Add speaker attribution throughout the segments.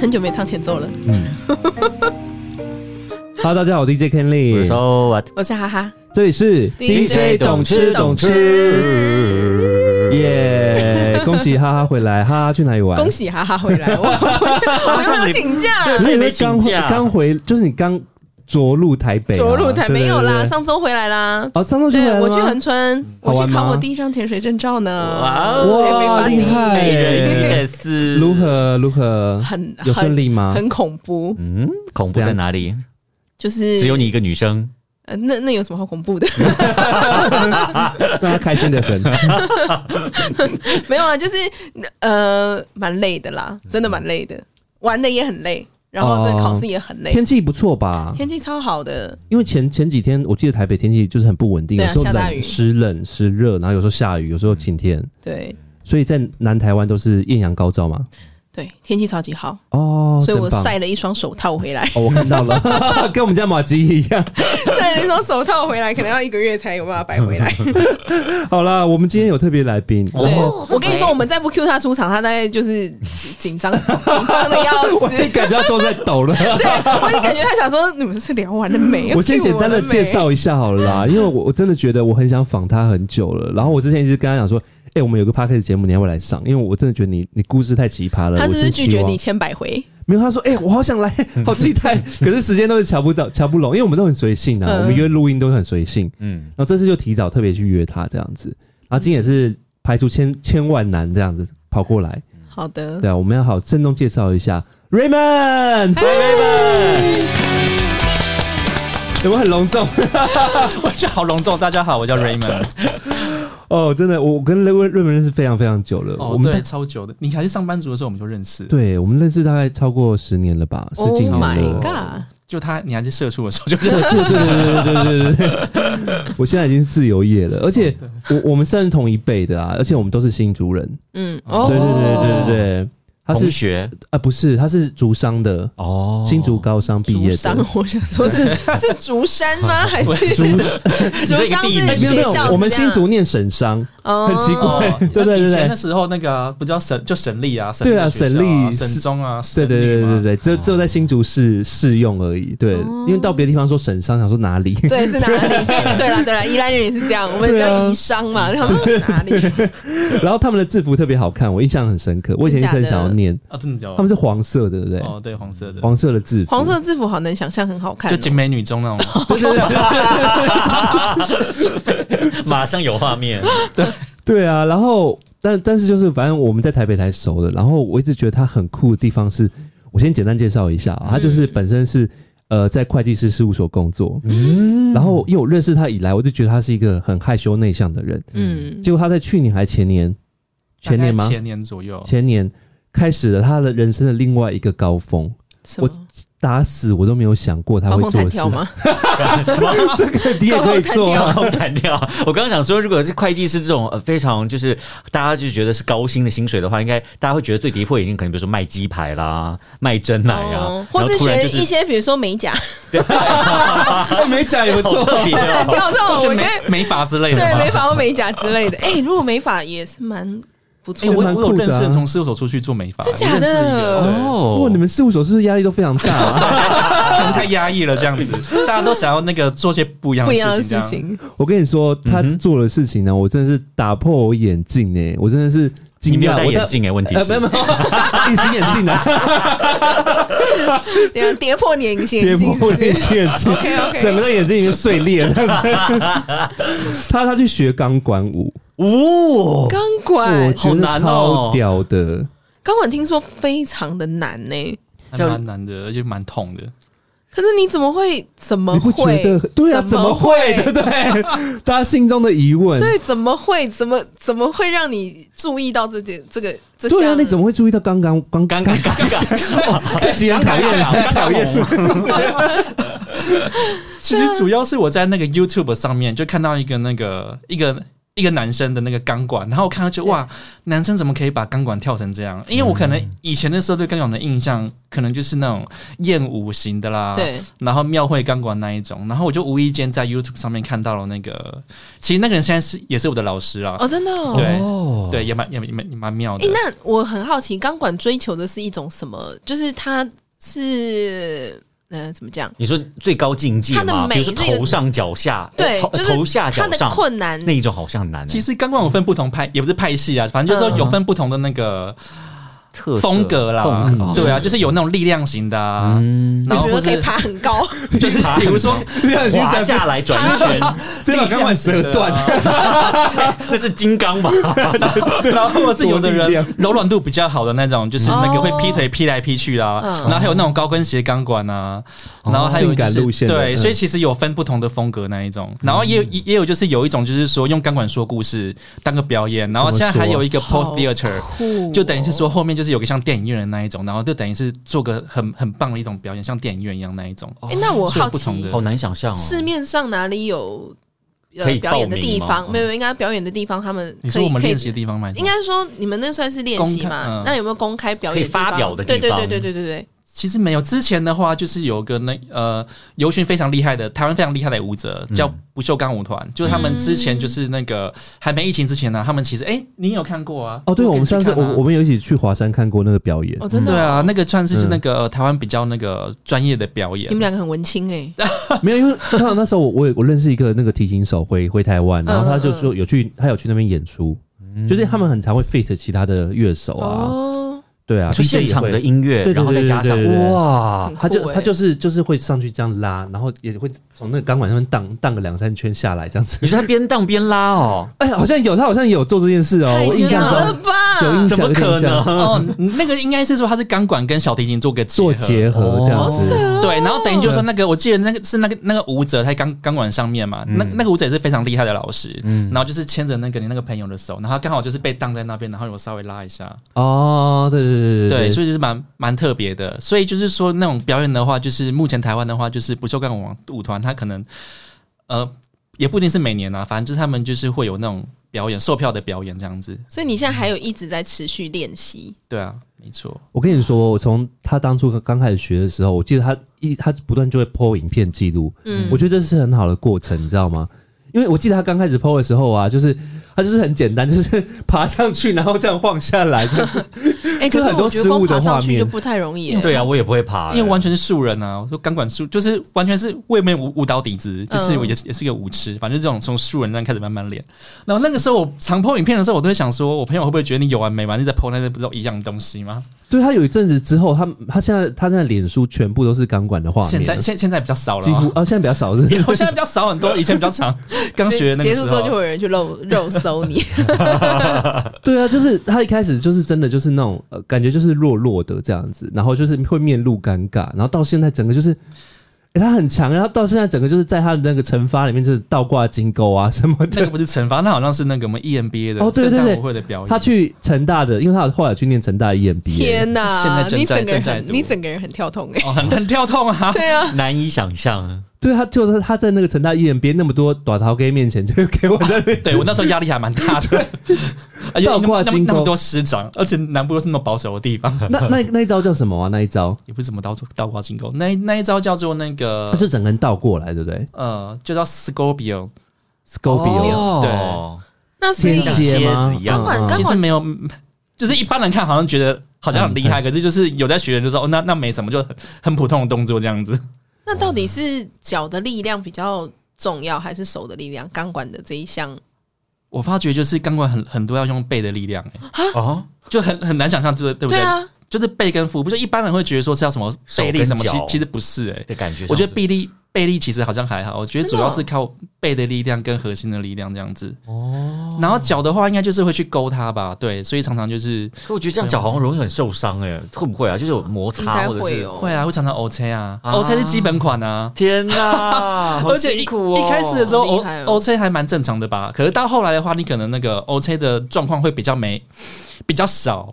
Speaker 1: 很久没唱前奏了。
Speaker 2: 嗯。Hello，大家好，我 DJ Kenley，
Speaker 3: 我是 What，
Speaker 1: 我是哈哈，
Speaker 2: 这里是
Speaker 1: DJ 懂吃懂吃
Speaker 2: 耶！ 恭喜哈哈回来，哈哈去哪里玩？
Speaker 1: 恭！喜啊哈哈回 来，我我我有没有请假？
Speaker 2: 你以为
Speaker 3: 请
Speaker 2: 刚
Speaker 3: 假
Speaker 2: 刚回，就是你刚着陆台北啊，
Speaker 1: 着陆台
Speaker 2: 对
Speaker 1: 没有啦，。
Speaker 2: 对对对
Speaker 1: 上周回来啦。
Speaker 2: 哦，上周去
Speaker 1: 对，
Speaker 2: 玩
Speaker 1: 我去
Speaker 2: 吗
Speaker 1: 横村，
Speaker 2: 好
Speaker 1: 我
Speaker 2: 玩
Speaker 1: 去
Speaker 2: 吗
Speaker 1: 考我第一张潜水证照呢。
Speaker 2: 哇
Speaker 3: 哇
Speaker 2: 哦
Speaker 1: Everybody
Speaker 2: 厉害
Speaker 3: 美人
Speaker 2: 耶
Speaker 3: 也是
Speaker 2: 如？何如何？
Speaker 1: 很
Speaker 2: 有顺利吗？
Speaker 1: 很恐怖，
Speaker 3: 嗯，恐怖
Speaker 2: 怎样
Speaker 3: 在哪里？
Speaker 1: 就是
Speaker 3: 只有你一个女生，
Speaker 1: 呃，那那有什么好恐怖 的？
Speaker 2: 让他开心 的很。
Speaker 1: 没有啊，就是呃，蛮累的啦，
Speaker 2: 嗯
Speaker 1: 真的蛮累的，玩的也很累，然后这
Speaker 2: 哦
Speaker 1: 考试也很累，
Speaker 2: 天气不错吧？
Speaker 1: 天气超好的，
Speaker 2: 因为前前几天我记得台北天气就是很不稳定，
Speaker 1: 对
Speaker 2: 有
Speaker 1: 啊
Speaker 2: 时候
Speaker 1: 下大雨
Speaker 2: 冷、湿冷、湿热，然后有时候下雨，有时候晴天，
Speaker 1: 对
Speaker 2: 所以在南台湾都是艳阳高照嘛。
Speaker 1: 对，天气超级好，
Speaker 2: 哦，
Speaker 1: 所以我
Speaker 2: 真棒
Speaker 1: 晒了一双手套回来，
Speaker 2: 哦，我看到了， 跟我们家马吉一样。
Speaker 1: 晒了一双手套回来，可能要一个月才有办法摆 回来。
Speaker 2: 好啦，我们今天有特别来宾，然
Speaker 1: 对
Speaker 2: 后，
Speaker 1: 我跟你说，我们再不 Q 他出场，他大概就是紧紧 张紧张的要
Speaker 2: 我
Speaker 1: 死。
Speaker 2: 也感觉到桌在抖 了。
Speaker 1: 对，我就感觉他想说，你们是聊完了没？
Speaker 2: 我先
Speaker 1: cue
Speaker 2: 简单的
Speaker 1: 了没
Speaker 2: 介。绍一下好了啦，因为我我真的觉得我很想访他很久了。然后我之前一直跟他讲说，哎、我们有个 podcast 节目，你要不要来上？因为我真的觉得你你故事太奇葩了。
Speaker 1: 他是不是
Speaker 2: 我真希
Speaker 1: 拒绝
Speaker 2: 望
Speaker 1: 你？千百回？
Speaker 2: 没有，他说，哎、我好想来，好期 待。可是时间都是瞧不到、瞧不拢，因为我们都很随性啊，
Speaker 1: 嗯
Speaker 2: 我们约录音都很随性。
Speaker 3: 嗯，
Speaker 2: 然后这次就提早特别去约他这样子。然后今天也是排除千千万难这样子跑过来。
Speaker 1: 好的，
Speaker 2: 对啊，我们要好慎重介绍一下 Raymond。有没有很隆重？
Speaker 4: 我觉得好隆重。大家好，我叫 Raymond。
Speaker 2: 哦，真的，我跟 Raymond Raymond 认识非常非常久了。
Speaker 4: 哦
Speaker 2: 我，们
Speaker 4: 对，
Speaker 2: 大
Speaker 4: 超久的。你还是上班族的时候我们就认识。，
Speaker 2: 对，我们认识大概超过十年了吧，十
Speaker 1: Oh
Speaker 2: 几年
Speaker 1: my
Speaker 2: 了。
Speaker 1: god！
Speaker 4: 就他，你还是社畜的时候就认
Speaker 2: 是
Speaker 4: 识。
Speaker 2: 是，对对对对对对对对。 我现在已经是自由业了，而且
Speaker 4: 哦
Speaker 2: 我我们算是同一辈的啊，而且我们都是新族人。
Speaker 1: 嗯，
Speaker 2: 对
Speaker 1: 哦，
Speaker 2: 对对对对对，他
Speaker 3: 同
Speaker 2: 是
Speaker 3: 学
Speaker 2: 啊不是，他是竹商的，
Speaker 3: 哦
Speaker 2: 新竹高商毕业
Speaker 1: 竹山
Speaker 2: 的。，
Speaker 1: 我想说是是竹山 吗？还是
Speaker 2: 竹
Speaker 1: 竹山
Speaker 3: 你这个
Speaker 1: 是
Speaker 3: 地名
Speaker 2: 没有没
Speaker 1: 学
Speaker 2: 有
Speaker 1: 校？，
Speaker 2: 我们新竹念省商，
Speaker 1: 很
Speaker 2: 很奇怪
Speaker 4: 哦
Speaker 2: 对对对对
Speaker 4: 以前的时候那个啊不叫省，就省立啊，省
Speaker 2: 对啊
Speaker 4: 学校
Speaker 2: 省
Speaker 4: 啊
Speaker 2: 立
Speaker 4: 省中啊，省
Speaker 2: 对
Speaker 4: 立
Speaker 2: 对对
Speaker 4: 嘛
Speaker 2: 对。对，只有只有在新竹市适用而已。对，因为到别的地方说省商，想说哪里？
Speaker 1: 对，是哪 里？就对了，对了，宜兰人也是这样，我们
Speaker 2: 对啊
Speaker 1: 叫宜商嘛，然后哪里？
Speaker 2: 然后他们的制服特别好看，我印象很深刻。我以前一直很想要念，
Speaker 4: 啊，真的叫
Speaker 2: 他们是黄色的，对不对？
Speaker 4: 哦，对，黄色的，
Speaker 2: 黄色的制服，
Speaker 1: 黄色制服好能想象，很好看
Speaker 4: 就
Speaker 1: 哦。
Speaker 4: 景美女中那种。
Speaker 2: 对，对对对
Speaker 3: 马上有 画面，
Speaker 2: 对啊。然后，但但是就是，反正我们在台北才熟的。然后我一直觉得他很酷的地方是，我先简单介绍一下啊，他就是本身是呃在会计师事务所工作，嗯。然后因为我认识他以来，我就觉得他是一个很害羞内向的人。
Speaker 1: 嗯，
Speaker 2: 结果他在去年还前年，前年
Speaker 4: 大
Speaker 2: 吗
Speaker 4: 概？前年左右。
Speaker 2: 前年开始了他的人生的另外一个高峰，
Speaker 1: 什么
Speaker 2: 我打死我都没有想过他
Speaker 1: 高
Speaker 2: 会
Speaker 1: 空
Speaker 2: 做
Speaker 1: 弹
Speaker 2: 的事
Speaker 1: 跳。 吗？
Speaker 3: 什么？
Speaker 2: 这个你也可以做
Speaker 3: 高
Speaker 2: 啊，
Speaker 3: 空弹跳。我刚刚想说，如果是会计师这种呃非常就是大家就觉得是高薪的薪水的话，应该大家会觉得最跌破眼镜，可能比如说卖鸡排啦、卖真奶
Speaker 1: 哦
Speaker 3: 啊，然
Speaker 1: 或
Speaker 3: 后
Speaker 1: 是
Speaker 3: 突然
Speaker 1: 学
Speaker 3: 就是
Speaker 1: 一些比如说美甲、
Speaker 3: 哦
Speaker 2: 美甲也不
Speaker 3: 好
Speaker 2: 错。
Speaker 3: 特别哦
Speaker 1: 跳这种，
Speaker 4: 或者
Speaker 1: 我觉
Speaker 4: 美 啊
Speaker 1: 得
Speaker 4: 美发之类的
Speaker 1: 对
Speaker 4: 嘛。
Speaker 1: 美发或美甲之类的。哎，如果美发也是蛮不
Speaker 4: 哎，
Speaker 1: 错
Speaker 4: 我
Speaker 1: 的，
Speaker 2: 蛮
Speaker 4: 我有
Speaker 2: 酷的啊
Speaker 4: 认识人从事务所出去做美发，
Speaker 1: 真假的
Speaker 4: 我认识一个对
Speaker 2: 哦哇，你们事务所是 不是压力都非常 大啊？
Speaker 4: 可能太压抑了，这样子，大家都想要那个做些不一样
Speaker 1: 不
Speaker 4: 的
Speaker 1: 一
Speaker 4: 事
Speaker 1: 样的
Speaker 4: 情，这
Speaker 1: 事
Speaker 4: 样。
Speaker 1: 情。
Speaker 2: 我跟你说，他做的事情呢，我真的是打破我眼镜呢，我真的是
Speaker 3: 你
Speaker 2: 惊
Speaker 3: 没有
Speaker 2: 讶。
Speaker 3: 戴
Speaker 2: 我
Speaker 3: 眼，镜哎，问题
Speaker 2: 呃，
Speaker 3: 是
Speaker 2: 没有没有， 隐形眼镜 啊，
Speaker 1: 对啊，跌破你的隐形
Speaker 2: 跌
Speaker 1: 眼镜是不
Speaker 2: 破我的
Speaker 1: 是
Speaker 2: 隐形眼 镜，
Speaker 1: OK
Speaker 2: 整
Speaker 1: OK，
Speaker 2: 个的眼睛已经碎裂了。这样子他他去学钢管舞，
Speaker 3: 哦，
Speaker 1: 钢
Speaker 2: 我
Speaker 1: 管，
Speaker 2: 觉
Speaker 3: 好
Speaker 2: 得
Speaker 3: 难
Speaker 2: 超
Speaker 3: 哦
Speaker 2: 屌的。
Speaker 1: 钢管听说非常的难呢。
Speaker 4: 还蛮难的，而且蛮痛的。
Speaker 1: 可是你怎么会？怎么
Speaker 2: 你不觉
Speaker 1: 会？
Speaker 2: 得？对啊，怎
Speaker 1: 怎
Speaker 2: 么
Speaker 1: 么
Speaker 2: 会
Speaker 1: 会？
Speaker 2: 对 不对？大家心中的疑问。
Speaker 1: 对，怎么会？怎么怎么会让你注意到这件这个这项？
Speaker 2: 对啊，你怎么会注意到刚刚刚
Speaker 3: 尴尬尴尬，哇
Speaker 2: 这几很讨厌啊，很讨厌。
Speaker 4: 其实主要是我在那个 YouTube 上面就看到一个那个一个一个男生的那个钢管，然后我看到就哇，男生怎么可以把钢管跳成这样？因为我可能以前的时候对钢管的印象，可能就是那种艳舞型的啦，
Speaker 1: 对，
Speaker 4: 然后庙会钢管那一种，然后我就无意间在 YouTube 上面看到了那个，其实那个人现在是也是我的老师啦，
Speaker 1: 哦，真的哦。
Speaker 4: 对
Speaker 2: 哦，
Speaker 4: 对，也蛮也蛮也蛮也蛮妙的
Speaker 1: 诶，。那我很好奇，钢管追求的是一种什么？就是它是呃，怎么讲？
Speaker 3: 你说最高境界
Speaker 1: 它
Speaker 3: 嘛，
Speaker 1: 的美
Speaker 3: 比如说
Speaker 1: 是有
Speaker 3: 头上脚下，
Speaker 1: 对
Speaker 3: 头
Speaker 1: 就是
Speaker 3: 头下
Speaker 1: 它
Speaker 3: 脚
Speaker 1: 的
Speaker 3: 上
Speaker 1: 困难
Speaker 3: 那一种好像很难欸，
Speaker 4: 其实钢管有分不同派，也不是派系啊，反正
Speaker 1: 嗯
Speaker 4: 就是说有分不同的那个
Speaker 3: 特色
Speaker 4: 风格啦
Speaker 3: 风格，
Speaker 4: 对啊，就是有那种力量型的啊，
Speaker 2: 嗯，
Speaker 1: 你
Speaker 4: 然后
Speaker 1: 比如
Speaker 4: 或
Speaker 1: 说可以
Speaker 4: 是
Speaker 1: 爬很 高，
Speaker 4: 就是比 如说
Speaker 3: 嗯滑下来转一 圈，
Speaker 2: 这啊把钢管折断，
Speaker 3: 那是金刚吧？
Speaker 4: 然后是有
Speaker 2: 多
Speaker 4: 的
Speaker 2: 力量
Speaker 4: 人柔软度比较好的那种，就是那个会劈腿劈来劈去啦，
Speaker 1: 哦嗯
Speaker 4: 然后还有那种高跟鞋钢管啊，
Speaker 2: 哦
Speaker 4: 然后还有
Speaker 2: 性
Speaker 4: 就
Speaker 2: 感路
Speaker 4: 是
Speaker 2: 线的
Speaker 4: 对，
Speaker 2: 嗯
Speaker 4: 所以其实有分不同的风格那一种，然后也有也也有就是有一种就是说用钢管说故事当个表演，然后现在还有一个 pop theater。
Speaker 1: 酷哦
Speaker 4: 就等于是说，后面就是有个像电影院的那一种，然后就等于是做个很很棒的一种表演，像电影院一样那一种。
Speaker 1: 哎诶那我
Speaker 4: 哦是有
Speaker 1: 好
Speaker 4: 不同
Speaker 1: 奇
Speaker 4: 的，
Speaker 3: 好难想象哦。
Speaker 1: 市面上哪里有
Speaker 3: 可
Speaker 1: 呃
Speaker 3: 以
Speaker 1: 表演的
Speaker 3: 报
Speaker 1: 地
Speaker 3: 名吗
Speaker 1: 方？
Speaker 3: 嗯
Speaker 1: 没有，应该表演的地方，他们
Speaker 4: 你
Speaker 1: 可
Speaker 4: 说
Speaker 1: 以
Speaker 4: 我们
Speaker 1: 可以
Speaker 4: 练习的地方吗？
Speaker 1: 应该说你们那算是练习
Speaker 4: 公开
Speaker 1: 嘛
Speaker 4: 嗯？
Speaker 1: 那有没有公开表演
Speaker 3: 可以发表的地
Speaker 1: 对
Speaker 3: 方
Speaker 1: 对对对对对
Speaker 4: 其实没有，之前的话就是有个那呃，游巡非常厉害的台湾非常厉害的舞者叫不锈钢舞团，
Speaker 1: 嗯
Speaker 4: 就是他们之前就是那个还没疫情之前呢、他们其实哎、你有看过啊？
Speaker 2: 哦，对，我
Speaker 4: 跟
Speaker 2: 们
Speaker 4: 你去
Speaker 2: 上次
Speaker 4: 看啊
Speaker 2: 我我们嗯有一起去华山看过那个表演
Speaker 1: 对，哦，，真的
Speaker 4: 对
Speaker 1: 哦
Speaker 4: 啊，那个算是那个、呃台湾比较那个专业的表演
Speaker 1: 你们。两个很文青哎，
Speaker 2: 没有，因为刚好那时候我我有我认识一个那个提琴手回回台湾，然后他就
Speaker 1: 嗯
Speaker 2: 说有去他有去那边演出，
Speaker 3: 嗯
Speaker 2: 就是他们很常会 fit 其他的乐手啊，
Speaker 1: 哦，
Speaker 2: 对啊，
Speaker 3: 就
Speaker 2: DJ
Speaker 3: 现场
Speaker 2: 也
Speaker 3: 的
Speaker 2: 会
Speaker 3: 音乐，
Speaker 2: 对对
Speaker 3: 然后再加上
Speaker 2: 对对对对对
Speaker 3: 哇，
Speaker 1: 很酷
Speaker 2: 他就
Speaker 1: 欸
Speaker 2: 他就是就是会上去这样拉，然后也会从那个钢管上面荡荡个两三圈下来 这样子
Speaker 3: 你。说他边荡边拉 哦，
Speaker 2: 哎，好像有他好像有做这件事哦，
Speaker 1: 太
Speaker 2: 我印
Speaker 1: 强
Speaker 2: 象
Speaker 1: 了
Speaker 2: 中
Speaker 1: 吧？
Speaker 2: 有印
Speaker 3: 怎
Speaker 2: 象
Speaker 3: 么
Speaker 2: 有
Speaker 3: 可
Speaker 2: 点这样
Speaker 3: 能？
Speaker 4: 哦，那个应该是说他是钢管跟小提琴做个
Speaker 2: 做结合这样
Speaker 1: 好扯
Speaker 2: 子。
Speaker 1: 哦，
Speaker 4: 对，然后等于就是说那个，我记得那个是那个那个舞者在钢钢管上面嘛，
Speaker 2: 嗯
Speaker 4: 那那个舞者也是非常厉害的老师，然后就是牵着那个你那个朋友的手，然后刚好就是被荡在那边，然后我稍微拉一下，
Speaker 2: 哦，对对对
Speaker 4: 对，
Speaker 2: 对
Speaker 4: 所以就是蛮蛮特别的。所以就是说，那种表演的话，就是目前台湾的话，就是不锈钢舞舞团，它可能呃也不一定是每年啊，反正就是他们就是会有那种表演，售票的表演这样子。
Speaker 1: 所以你现在还有一直在持续练习，
Speaker 4: 对啊，没错。
Speaker 2: 我跟你说，我从他当初刚开始学的时候，我记得他一他不断就会 PO 影片记录，
Speaker 1: 嗯
Speaker 2: 我觉得这是很好的过程，你知道吗？因为我记得他刚开始 PO 的时候啊，就是他就是很简单，就是爬上去，然后这样晃下 来，这样子
Speaker 1: 哎，
Speaker 2: 就
Speaker 1: 可是
Speaker 2: 很多
Speaker 1: 我觉得
Speaker 2: 失
Speaker 1: 光
Speaker 2: 误的
Speaker 1: 爬上
Speaker 2: 画
Speaker 1: 去
Speaker 2: 面
Speaker 1: 就不太容易耶，
Speaker 3: 对啊，我也不会爬欸，
Speaker 4: 因为完全是素人啊，我说钢管素就是完全是未被舞舞蹈底子，就是
Speaker 1: 嗯
Speaker 4: 我也是也是个舞痴，反正这种从素人那开始慢慢练。然后那个时候我常 PO 影片的时候，我都会想说，我朋友会不会觉得你有完没完？你在 PO 那些不知道一样的东西吗？
Speaker 2: 对他有一阵子之后，他他现在他现在脸书全部都是钢管的画面，
Speaker 4: 现在现现在比较少了
Speaker 2: 几
Speaker 4: 啊、
Speaker 2: 乎哦现在比较少，是不
Speaker 4: 我
Speaker 2: 是？
Speaker 4: 现在比较少很多，以前比 较长。刚学那
Speaker 1: 结结
Speaker 4: 个时
Speaker 1: 束
Speaker 4: 候，
Speaker 1: 之后就会有人去肉肉搜你，
Speaker 2: 对啊，就是他一开始就是真的就是那种呃感觉就是弱弱的这样子，然后就是会面露尴尬，然后到现在整个就是。诶他很强，然后到现在整个就是在他的那个惩罚里面，就是倒挂金钩啊什么
Speaker 4: 那
Speaker 2: 的
Speaker 4: 个。不是惩罚，那好像是那个我们 E EMBA
Speaker 2: 哦
Speaker 4: 的
Speaker 2: 对
Speaker 4: 圣
Speaker 2: 对
Speaker 4: 诞
Speaker 2: 对
Speaker 4: 舞会的表演。
Speaker 2: 他去成大的，因为他后来去念成大 E EMBA。
Speaker 1: 天哪，你
Speaker 4: 现在
Speaker 1: 整
Speaker 4: 正在
Speaker 1: 个人
Speaker 4: 正在
Speaker 1: 很
Speaker 4: 读
Speaker 1: 你整个人很跳痛哎，
Speaker 4: 哦，很很跳痛 啊！
Speaker 1: 对啊，
Speaker 3: 难以想象。
Speaker 2: 对他就是他在那个成大 E EMBA 那么多短桃 gay 面前，就给我 在那边
Speaker 4: 对我那时候压力还蛮大 的，而且
Speaker 2: 倒
Speaker 4: 那
Speaker 2: 挂
Speaker 4: 么那么
Speaker 2: 金钩
Speaker 4: 那么多师长，而且南部又是那么保守的地方，
Speaker 2: 那那那一招叫什么啊？那一招，
Speaker 4: 也不是什么倒倒挂金钩，那一那一招叫做那
Speaker 2: 他
Speaker 4: 个
Speaker 2: 就整个人倒过来，对不对
Speaker 4: 呃，就叫 Scorpio，
Speaker 2: ？Scorpio
Speaker 3: 哦
Speaker 1: 那所以
Speaker 2: 天蝎吗
Speaker 3: 像蝎子一？样
Speaker 1: 钢管
Speaker 2: 嗯嗯
Speaker 1: 钢
Speaker 4: 其实
Speaker 1: 管
Speaker 4: 没有，就是一般人看好像觉得好像很厉害，可是就是有在学的人就说哦，那那没什么，就很很普通的动作这样子。
Speaker 1: 那到底是脚的力量比较重要，还是手的力量？钢管的这一项，
Speaker 4: 我发觉就是钢管很很多要用背的力量、欸，
Speaker 3: 哦，
Speaker 4: 就很很难想象，这个对不
Speaker 1: 对
Speaker 4: 对？
Speaker 1: 啊，
Speaker 4: 就是背跟腹部，就一般人会觉得说是要什么
Speaker 3: 手
Speaker 4: 背
Speaker 3: 跟
Speaker 4: 力什么，其
Speaker 3: 脚
Speaker 4: 其实不是哎、
Speaker 3: 的感觉上是，
Speaker 4: 我觉得臂力背力其实好像还好，我觉得主要是
Speaker 1: 真
Speaker 4: 靠背的力哦量跟核心的力量这样子。哦，然后脚的话，应该就是会去勾它吧，对，所以常常就是
Speaker 3: 可我觉得这样脚好像容易很受伤哎，会不会啊？就是有摩
Speaker 1: 应该
Speaker 3: 擦或者
Speaker 1: 会
Speaker 3: 是
Speaker 1: 哦。
Speaker 4: 会啊，会常常 O C 啊
Speaker 3: 啊
Speaker 4: ，O C 是基本款啊。
Speaker 3: 天 哪，好
Speaker 4: 而且一
Speaker 3: 辛苦哦！
Speaker 4: 一开始的时候
Speaker 1: 好
Speaker 4: ，O
Speaker 1: 厉害哦
Speaker 4: O C 还蛮正常的吧？可是到后来的话，你可能那个 O C 的状况会比较没比较少，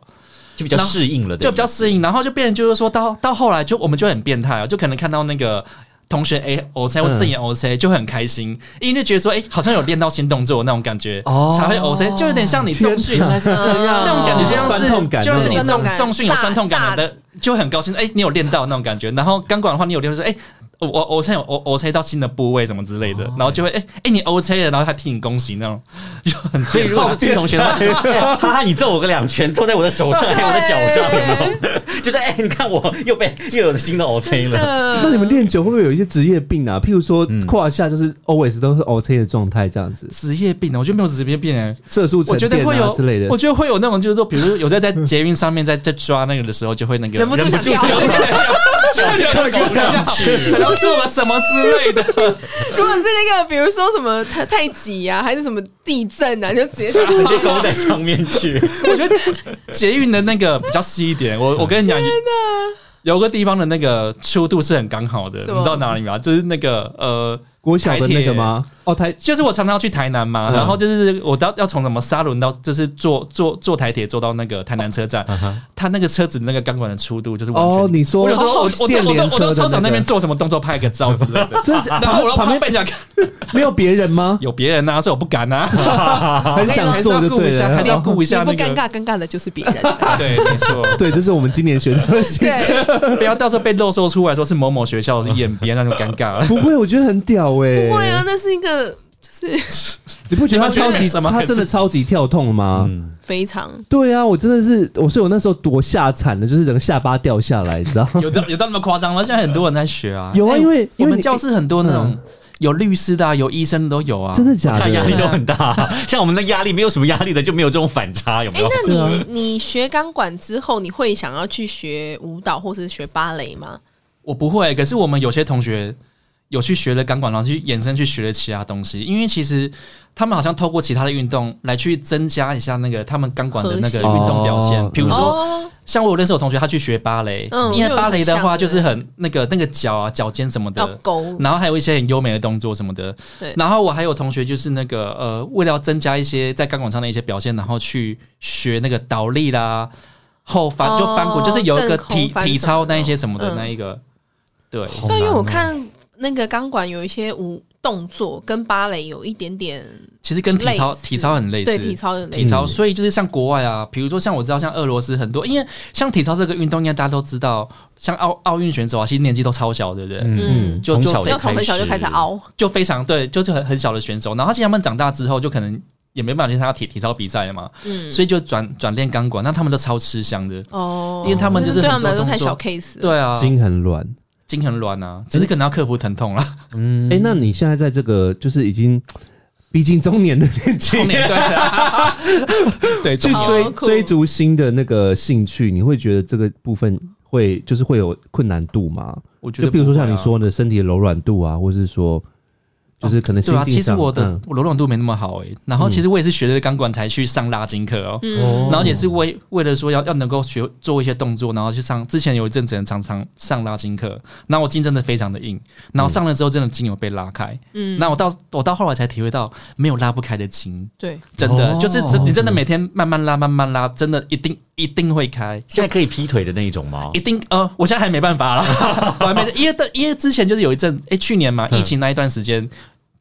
Speaker 3: 就比较适应了，
Speaker 4: 就比较适应，然后就变成就是说到到后来就我们就很变态啊，就可能看到那个同学 A O
Speaker 3: 嗯
Speaker 4: C 或自己 O C 就会很开心，因为就觉得说，哎、好像有练到新动作那种感觉，
Speaker 3: 哦
Speaker 4: 才会 O C，就有点像你
Speaker 2: 天
Speaker 4: 重训
Speaker 2: 哪
Speaker 3: 是这样
Speaker 4: 那种感觉就像
Speaker 2: 酸痛感
Speaker 4: 是，就像是你
Speaker 1: 那种
Speaker 4: 重
Speaker 1: 酸痛感
Speaker 4: 重训有酸痛感的，就会很高兴。哎、你有练到那种感觉，然后钢管的话，你有练到说，哎、我我我现在有我我猜到新的部位什么之类的，然后就会哎哎、你 O C 了，然后他替你恭喜那种，就很
Speaker 3: 所以 如果是志同学的 话，就说哎哈哈，你揍我个两拳，揍在我的手上，还有我的脚上，有没有？就是 哎，你看我又被又有新的 OC 了。
Speaker 1: 那
Speaker 2: 那你们练久会不会有一些职业病啊？譬如说
Speaker 3: 嗯
Speaker 2: 胯下就是 always 都是 O C 的状态，这样子，
Speaker 4: 职业病呢，我觉得没有职业病哎、
Speaker 2: 色素
Speaker 4: 我
Speaker 2: 沉
Speaker 4: 觉得
Speaker 2: 淀
Speaker 4: 会
Speaker 2: 啊
Speaker 4: 有
Speaker 2: 之类的
Speaker 4: 我。觉得会有那种，就是说，比如说有在在捷运上面在在抓那个的时候，就会那个
Speaker 1: 忍不住想
Speaker 3: 忍
Speaker 1: 跳
Speaker 3: 不。住
Speaker 4: 想要走上去，想要做个什么之类的，
Speaker 1: 如果是那个，比如说什么太太极呀，还是什么地震啊，你就直接去
Speaker 3: 直接勾在上面去，
Speaker 4: 我觉得捷运的那个比较细一 点。我我跟你讲，有个地方的那个粗度是很刚好的，你
Speaker 1: 什
Speaker 4: 知
Speaker 1: 么
Speaker 4: 道哪里吗？就是那个呃，
Speaker 2: 国小的那个吗？哦，台
Speaker 4: 就是我常常要去台南嘛，
Speaker 2: 嗯
Speaker 4: 然后就是我到要从什么沙仑到，就是坐坐坐台铁坐到那个台南车站，他那个车子那个钢管的粗度就是完全。
Speaker 2: 嗯哦，你说
Speaker 4: 我有时候我我
Speaker 2: 线
Speaker 4: 都我
Speaker 2: 连
Speaker 4: 都我
Speaker 2: 车
Speaker 4: 都
Speaker 2: 的
Speaker 4: 操场那边
Speaker 2: 个，
Speaker 4: 做什么动作拍个照之类 的，
Speaker 2: 真的假
Speaker 4: 然后我
Speaker 2: 旁
Speaker 4: 旁
Speaker 2: 边
Speaker 4: 边被人家看
Speaker 2: 没有别人吗？
Speaker 4: 有别人啊，所以我不敢 啊，
Speaker 2: 很想做就对
Speaker 4: 还是要顾一下还
Speaker 2: 了
Speaker 4: 是。
Speaker 1: 你不
Speaker 4: 要顾一下那
Speaker 1: 尴
Speaker 4: 个。
Speaker 1: 尬，尴尬的就是别 人。
Speaker 4: 对，没错，
Speaker 2: 对，这是我们今年学到的新。
Speaker 1: 对，
Speaker 4: 不要到时候被露说出来说是某某学校的演别，那就尴尬了。
Speaker 2: 不会，我觉得很屌哎。
Speaker 1: 不会啊，，那是一个就是
Speaker 2: 你不觉得他
Speaker 4: 你们觉得
Speaker 2: 超级
Speaker 4: 没什么
Speaker 2: 他
Speaker 4: 还是
Speaker 2: 真的超级跳痛吗？
Speaker 3: 嗯，
Speaker 1: 非常
Speaker 2: 对啊，我真的是，我所以我那时候多吓惨了，就是整个下巴掉下来，你知道？
Speaker 4: 有到有到那么夸张吗？现在很多人在学啊，
Speaker 2: 有啊，
Speaker 4: 哎
Speaker 2: 因为
Speaker 4: 我
Speaker 2: 因为
Speaker 4: 们
Speaker 2: 你嗯
Speaker 4: 教室很多那种有律师的啊，有医生的都有啊，
Speaker 2: 真的假
Speaker 3: 看压力
Speaker 2: 的？
Speaker 3: 都很大。像我们的压力没有什么压力的，就没有这种反差，有没
Speaker 1: 哎、
Speaker 3: 有？
Speaker 1: 那
Speaker 2: 对啊
Speaker 1: 你你学钢管之后，你会想要去学舞蹈或是学芭蕾吗？
Speaker 4: 我不会，可是我们有些同学有去学了钢管，然后去衍生去学了其他东西，因为其实他们好像透过其他的运动来去增加一下那个他们钢管的那个
Speaker 1: 核
Speaker 2: 心
Speaker 4: 运动表现
Speaker 2: 哦，
Speaker 4: 比如说。
Speaker 1: 哦，
Speaker 4: 像我认识有同学，他去学芭蕾，
Speaker 1: 嗯
Speaker 4: 因为芭蕾的话
Speaker 1: 就
Speaker 4: 就是
Speaker 1: 很
Speaker 4: 是很那个那个脚啊、脚尖什么
Speaker 1: 要
Speaker 4: 的，
Speaker 1: 勾，
Speaker 4: 然后还有一些很优美的动作什么的。
Speaker 1: 对
Speaker 4: 然后我还有同学就是那个呃，为了要增加一些在钢管上的一些表现，然后去学那个倒立啦、后翻
Speaker 1: 哦
Speaker 4: 就翻滚，就是有一个
Speaker 1: 正空
Speaker 4: 体
Speaker 1: 翻
Speaker 4: 体
Speaker 1: 什么
Speaker 4: 操
Speaker 1: 的
Speaker 4: 那一些什么的
Speaker 1: 嗯
Speaker 4: 那一个。对，
Speaker 1: 对，因为我看那个钢管有一些舞动作跟芭蕾有一点点
Speaker 4: 其实跟体操
Speaker 1: 类似
Speaker 4: 体操很类似，
Speaker 1: 对体操有类
Speaker 4: 体
Speaker 1: 似，
Speaker 4: 操，所以就是像国外啊，比如说像我知道，像俄罗斯很多，因为像体操这个运动，应该大家都知道，像奥奥运选手啊，其实年纪都超小，对不对？
Speaker 1: 嗯
Speaker 4: 就
Speaker 3: 从
Speaker 4: 就
Speaker 3: 小
Speaker 1: 只
Speaker 3: 就
Speaker 1: 要从很小就开始凹，
Speaker 4: 就非常对，就是很很小的选手，然后其实他们长大之后，就可能也没办法去参加体体操比赛了嘛，
Speaker 1: 嗯，
Speaker 4: 所以就转转练钢管，那他们都超吃香的，
Speaker 1: 哦，
Speaker 4: 因为他们就是
Speaker 1: 对他
Speaker 4: 很多
Speaker 1: 们来说太
Speaker 4: 动作
Speaker 1: 小 case 了，
Speaker 4: 对啊，筋
Speaker 2: 心很软。
Speaker 4: 筋很软啊，只是可能要克服疼痛啊啦。
Speaker 3: 嗯
Speaker 2: 哎、那你现在在这个就是已经逼近中年的年 纪，
Speaker 4: 中年对啊， 对，
Speaker 2: 去
Speaker 4: 中年
Speaker 2: 追
Speaker 1: 好酷
Speaker 2: 追逐新的那个兴趣，你会觉得这个部分会就是会有困难度吗？
Speaker 4: 我觉得
Speaker 2: 就比如说像你
Speaker 4: 不会啊
Speaker 2: 说的身体的柔软度啊，或是说就是可能心
Speaker 4: 对啊，
Speaker 2: 境
Speaker 4: 其实
Speaker 2: 上，
Speaker 4: 我的
Speaker 2: 嗯
Speaker 4: 我柔软度没那么好诶、然后其实我也是学的钢管才去上拉筋课哦，
Speaker 1: 嗯，
Speaker 4: 然后也是为为了说要要能够学做一些动作，然后去上之前有一阵子很常常上拉筋课，然后我筋真的非常的硬，
Speaker 2: 嗯
Speaker 4: 然后上了之后真的筋有被拉开，
Speaker 1: 嗯，
Speaker 4: 那我到我到后来才体会到没有拉不开的筋，
Speaker 1: 对，
Speaker 4: 真的、
Speaker 3: 哦
Speaker 4: 就是真你真的每天慢慢拉慢慢拉，真的一定一定会开。
Speaker 3: 现在可以劈腿的那一种吗？
Speaker 4: 一定呃，我现在还没办法 啦，我还没，因为因为之前就是有一阵，哎、去年嘛，
Speaker 3: 嗯
Speaker 4: 疫情那一段时间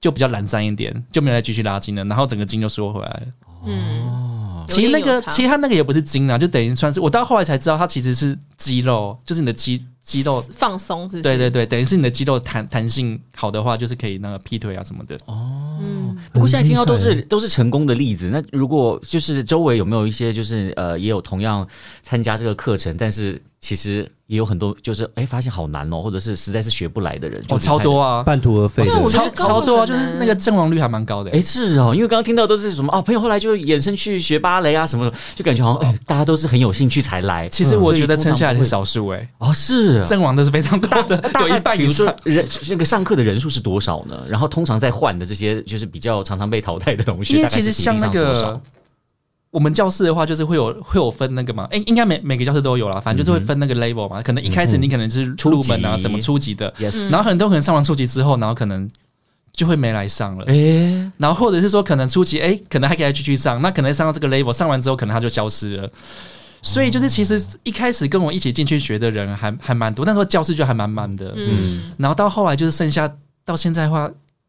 Speaker 4: 就比较懒散一点，就没有再继续拉筋了，然后整个筋就缩回来了。
Speaker 1: 嗯，
Speaker 4: 其实那个，其实
Speaker 1: 他
Speaker 4: 它那个也不是筋啊，就等于算是我到后来才知道，它其实是肌肉，就是你的肌肌肉，
Speaker 1: 放松，是不是？
Speaker 4: 对对，对，等于是你的肌肉弹弹性好的话，就是可以那个劈腿啊什么的。
Speaker 3: 哦
Speaker 1: 嗯，
Speaker 3: 不过现在听到都是都是成功的例子。那如果就是周围有没有一些就是呃也有同样参加这个课程，但是其实也有很多就是哎发现好难哦，或者是实在是学不来的人，就
Speaker 4: 哦，
Speaker 3: 离开
Speaker 4: 超多
Speaker 3: 了。
Speaker 4: 啊，
Speaker 2: 半途而废
Speaker 1: 因为我
Speaker 2: 的。
Speaker 1: 觉
Speaker 4: 超
Speaker 1: 得
Speaker 4: 超多啊，就
Speaker 1: 根本很
Speaker 4: 是
Speaker 1: 难
Speaker 4: 那个阵亡率还蛮高的、
Speaker 3: 哎，是哦，因为刚刚听到都是什么哦，朋友后来就衍生去学芭蕾啊什么的，就感觉好像哎大家都是很有兴趣才来。嗯
Speaker 4: 其实我觉得
Speaker 3: 所以通
Speaker 4: 撑
Speaker 3: 常
Speaker 4: 下来
Speaker 3: 不
Speaker 4: 是
Speaker 3: 会
Speaker 4: 少数哎、
Speaker 3: 哦，是
Speaker 4: 阵亡的是非常多的，
Speaker 3: 大
Speaker 4: 有
Speaker 3: 概
Speaker 4: 一半
Speaker 3: 比
Speaker 4: 以
Speaker 3: 如
Speaker 4: 上
Speaker 3: 说。人那个上课的人数是多少呢？然后通常在换的这些就是比较常常被淘汰的同学，
Speaker 4: 因为
Speaker 3: 大概
Speaker 4: 其实
Speaker 3: 是比例
Speaker 4: 像那
Speaker 3: 上多少
Speaker 4: 个我们教室的话，就是会有会有分那个嘛，哎、应该每每个教室都有啦，反正就是会分那个 level 嘛。可能一开始你可能是入门
Speaker 3: 初
Speaker 4: 啊，
Speaker 3: 级
Speaker 4: 什么初级的，
Speaker 3: yes，
Speaker 4: 然后很多可能上完初级之后，然后可能就会没来上了。
Speaker 3: 哎，
Speaker 4: 然后或者是说，可能初级哎、诶可能还可以再继续上，那可能上到这个 level，上完之后可能它就消失了。所以就是其实一开始跟我一起进去学的人还还蛮多，那时候教室就还蛮满的。
Speaker 1: 嗯，
Speaker 4: 然后到后来就是剩下到现在的话，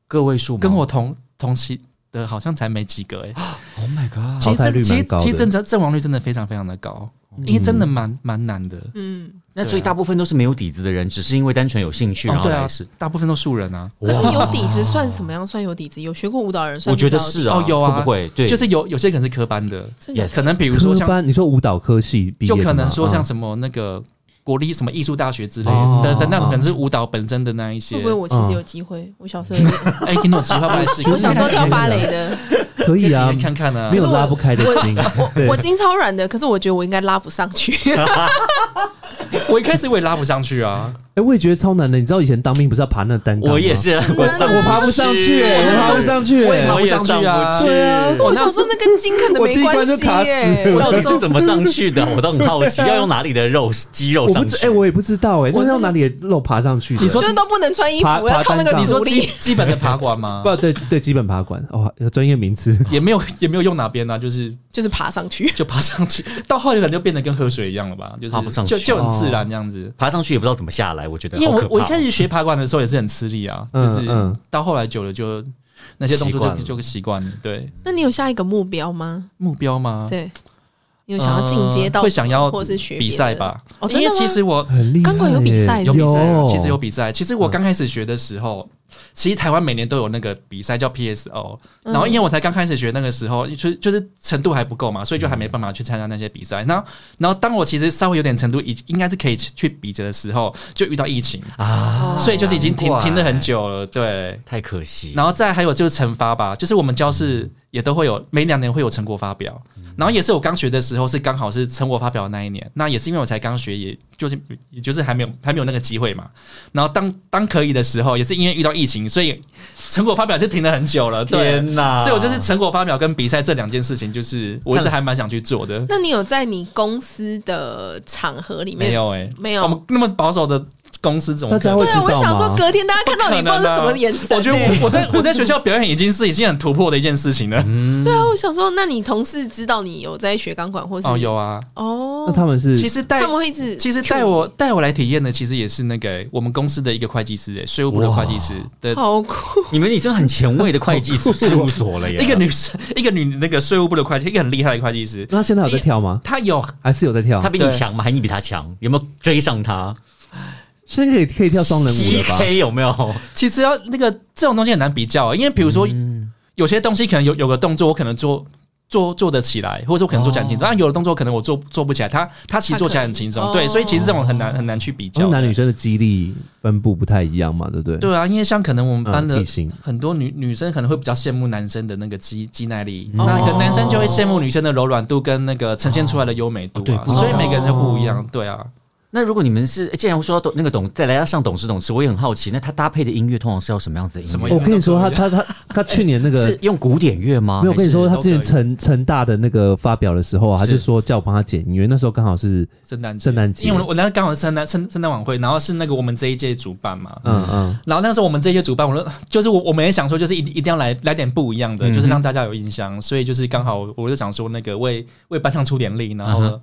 Speaker 3: 个位数吗
Speaker 4: 跟我同同期的好像才没几个哎、
Speaker 3: ，Oh my god！
Speaker 4: 其
Speaker 2: 淘
Speaker 4: 实
Speaker 2: 汰
Speaker 4: 真
Speaker 2: 率
Speaker 4: 其
Speaker 2: 蛮
Speaker 4: 实
Speaker 2: 高的
Speaker 4: 其实阵阵亡率真的非常非常的高，因为真的蛮蛮难的。
Speaker 1: 嗯，
Speaker 3: 那所以大部分都是没有底子的人，只是因为单纯有兴趣，然
Speaker 4: 哦，
Speaker 3: 后
Speaker 4: 对
Speaker 3: 来
Speaker 4: 啊
Speaker 3: 是。，
Speaker 4: 大部分都素人啊。
Speaker 1: 可是有底子算什么样？算有底子？有学过舞蹈的人算
Speaker 3: 我觉得
Speaker 1: 舞蹈底
Speaker 3: 是啊，
Speaker 4: 哦有啊
Speaker 3: 会不会对？
Speaker 4: 就是有有些可能是科班的，
Speaker 1: 真的
Speaker 3: Yes
Speaker 4: 可能比如说
Speaker 2: 科
Speaker 4: 像
Speaker 2: 班，你说舞蹈科系毕业的
Speaker 4: 就
Speaker 2: 吗，
Speaker 4: 可能说像
Speaker 2: 啊
Speaker 4: 什么那个国立什么艺术大学之类
Speaker 2: 哦
Speaker 4: 的的的那种，可能是舞蹈本身的那一些
Speaker 1: 会不。会我其实有机会？我小时候有，
Speaker 4: 哎，给你嗯 我计划来试一下，
Speaker 1: 我小时候跳芭蕾的，
Speaker 2: 可
Speaker 4: 可
Speaker 2: 以啊
Speaker 4: 体验，看看啊
Speaker 2: 没。有拉不开的筋。 对
Speaker 1: 我筋超软的，可是我觉得我应该拉不上去。
Speaker 4: 我一开始我也拉不上去啊，
Speaker 2: 哎，我也觉得超难的。你知道以前当兵不是要爬那个单杠吗
Speaker 3: 我也，是，啊我上
Speaker 2: 我爬不上去，我爬不上去。
Speaker 4: 我也爬
Speaker 3: 我
Speaker 4: 不
Speaker 3: 也
Speaker 4: 上去啊
Speaker 3: 上不
Speaker 2: 对啊
Speaker 3: 去。
Speaker 1: 我想说那跟筋可能
Speaker 2: 我第
Speaker 1: 没
Speaker 2: 一
Speaker 1: 关
Speaker 2: 关就
Speaker 1: 系
Speaker 2: 卡死
Speaker 1: 耶。
Speaker 2: 了
Speaker 3: 到底是怎么上去的？我都很好 奇，要用哪里的肉肌肉
Speaker 2: 我不
Speaker 3: 上
Speaker 2: 知
Speaker 3: 去？
Speaker 2: 哎，我也不知道哎，
Speaker 4: 我
Speaker 2: 那要哪里的肉爬上去的？
Speaker 4: 你 说
Speaker 1: 就是都不能穿衣服，
Speaker 2: 爬
Speaker 1: 我要靠那个
Speaker 2: 爬单杠
Speaker 4: 你
Speaker 1: 阻
Speaker 4: 说基
Speaker 1: 力。
Speaker 4: 基本的爬管吗？
Speaker 2: 不对对，基本爬管哦，有专业名词。
Speaker 4: 也没有也没有用哪边啊，就是
Speaker 1: 就是爬上去。
Speaker 4: 就爬上去，到后来可能就变得跟喝水一样了吧，就是
Speaker 3: 爬不上去
Speaker 4: 就就很自然这样子。
Speaker 3: 爬上去也不知道怎么下来，我觉得
Speaker 4: 因为
Speaker 3: 好可怕。
Speaker 4: 我
Speaker 3: 哦
Speaker 4: 我一开始学爬管的时候也是很吃力啊，就
Speaker 2: 嗯
Speaker 4: 是
Speaker 2: 嗯
Speaker 4: 到后来久了就那些动
Speaker 3: 习惯
Speaker 4: 作
Speaker 3: 了
Speaker 4: 就就习惯了。对，
Speaker 1: 那你有下一个目标吗？
Speaker 4: 目标吗？
Speaker 1: 对，你有想要进阶到
Speaker 4: 呃会想要
Speaker 1: 或是学别的
Speaker 4: 比赛？吧？
Speaker 1: 哦，
Speaker 4: 因
Speaker 1: 真
Speaker 4: 为
Speaker 1: 的吗
Speaker 4: 其实我
Speaker 2: 很厉害
Speaker 1: 钢
Speaker 2: 耶，
Speaker 1: 管有比赛
Speaker 4: 有比赛啊，
Speaker 2: 有
Speaker 4: 其实有比赛。其实我
Speaker 3: 嗯
Speaker 4: 刚开始学的时候，其实台湾每年都有那个比赛叫 PSO，
Speaker 1: 嗯
Speaker 4: 然后因为我才刚开始学那个时候，就就是程度还不够嘛，所以就还没
Speaker 3: 嗯
Speaker 4: 办法去参加那些比赛。然后，然后当我其实稍微有点程度，已应该是可以去比着的时候，就遇到疫情，
Speaker 3: 啊，
Speaker 4: 所以就是已经停
Speaker 3: 难怪
Speaker 4: 停了很久了。对，
Speaker 3: 太可惜。
Speaker 4: 然后再还有就是惩罚吧，就是我们教室也都会有每两年会有成果发表，
Speaker 3: 嗯
Speaker 4: 然后也是我刚学的时候是刚好是成果发表的那一年，那也是因为我才刚学，也就是也就是还没有还没有那个机会嘛。然后当当可以的时候，也是因为遇到疫情，所以成果发表就停了很久了。对，
Speaker 3: 天
Speaker 1: 啊
Speaker 3: 哪！
Speaker 4: 所以我就是成果发表跟比赛这两件事情，就是我一直还蛮想去做的。
Speaker 1: 那你有在你公司的场合里面
Speaker 4: 没？有哎、
Speaker 1: 没有
Speaker 4: 我们那么保守的公司怎
Speaker 2: 大
Speaker 4: 么可
Speaker 2: 家
Speaker 4: 能
Speaker 2: 会
Speaker 1: 对
Speaker 2: 知
Speaker 1: 啊，
Speaker 2: 道
Speaker 1: 我想说
Speaker 2: 吗？
Speaker 1: 隔天大家看到你不知道是什么眼神欸。
Speaker 4: 我觉得我我在我在学校表演已经是已经很突破的一件事情了。
Speaker 1: 对啊，我想说，那你同事知道你有在学钢管，或是
Speaker 4: 哦，有啊，
Speaker 1: 哦
Speaker 2: 那他们是
Speaker 4: 其实带
Speaker 1: 他们会一直
Speaker 4: 其实带我带我来体验的，其实也是那个、我们公司的一个会计师、欸，税务部的会计师的
Speaker 1: 好酷，
Speaker 3: 你们已经很前卫的会计事务所了耶！
Speaker 4: 一个女生，一个女那个税务部的会计，一个很厉害的会计师，
Speaker 2: 那他现在有在跳吗？
Speaker 4: 他有
Speaker 2: 还是有在跳
Speaker 3: 他？比你
Speaker 4: 对
Speaker 3: 强吗？还是你比他强？有没有追上他？
Speaker 2: 现在可以可以跳双人舞了吧？
Speaker 3: PK 有没有？
Speaker 4: 其实要那个这种东西很难比较、欸因为比如说、有些东西可能有有个动作，我可能做。做做得起来，或者说我可能做起来很轻松，但、啊有的动作可能我做做不起来，他他其实做起来很轻松，
Speaker 1: 他可以
Speaker 4: 对，
Speaker 1: 哦
Speaker 4: 所以其实这种很难很难去比
Speaker 2: 因
Speaker 4: 较
Speaker 2: 为
Speaker 4: 的。
Speaker 2: 男女生的肌力分布不太一样嘛，对不对？
Speaker 4: 对啊，因为像可能我们
Speaker 2: 嗯，
Speaker 4: 班的
Speaker 2: 体型
Speaker 4: 很多女女生可能会比较羡慕男生的那个肌肌耐力，
Speaker 2: 嗯
Speaker 4: 那可
Speaker 1: 哦
Speaker 4: 能男生就会羡慕女生的柔软度跟那个呈现出来的优美度啊，
Speaker 3: 哦
Speaker 4: 所以每个人都不一样，对啊。
Speaker 3: 那如果你们是，诶既然说到董那个董，再来要上董事董事，我也很好奇，那他搭配的音乐通常是要什么样子的音乐？哦
Speaker 4: 什么
Speaker 2: 我跟你说，他他他他去年那个
Speaker 3: 是用古典乐吗？
Speaker 2: 没有，我跟你说，
Speaker 4: 还
Speaker 2: 他
Speaker 4: 是
Speaker 2: 之前成成大的那个发表的时候啊，他
Speaker 4: 是
Speaker 2: 就说叫我帮他剪音乐，那时候刚好是
Speaker 4: 圣诞节
Speaker 2: 圣诞节
Speaker 4: 因为我我那刚好是圣诞圣圣诞晚会，然后是那个我们这一届主办嘛，
Speaker 2: 嗯嗯，
Speaker 4: 然后那时候我们这一届主办，我说就是我我们也想说，就是一定一定要来来点不一样的，
Speaker 3: 嗯哼
Speaker 4: 就是让大家有印象，所以就是刚好我就想说那个为为班上出点力，然
Speaker 2: 嗯
Speaker 4: 后呢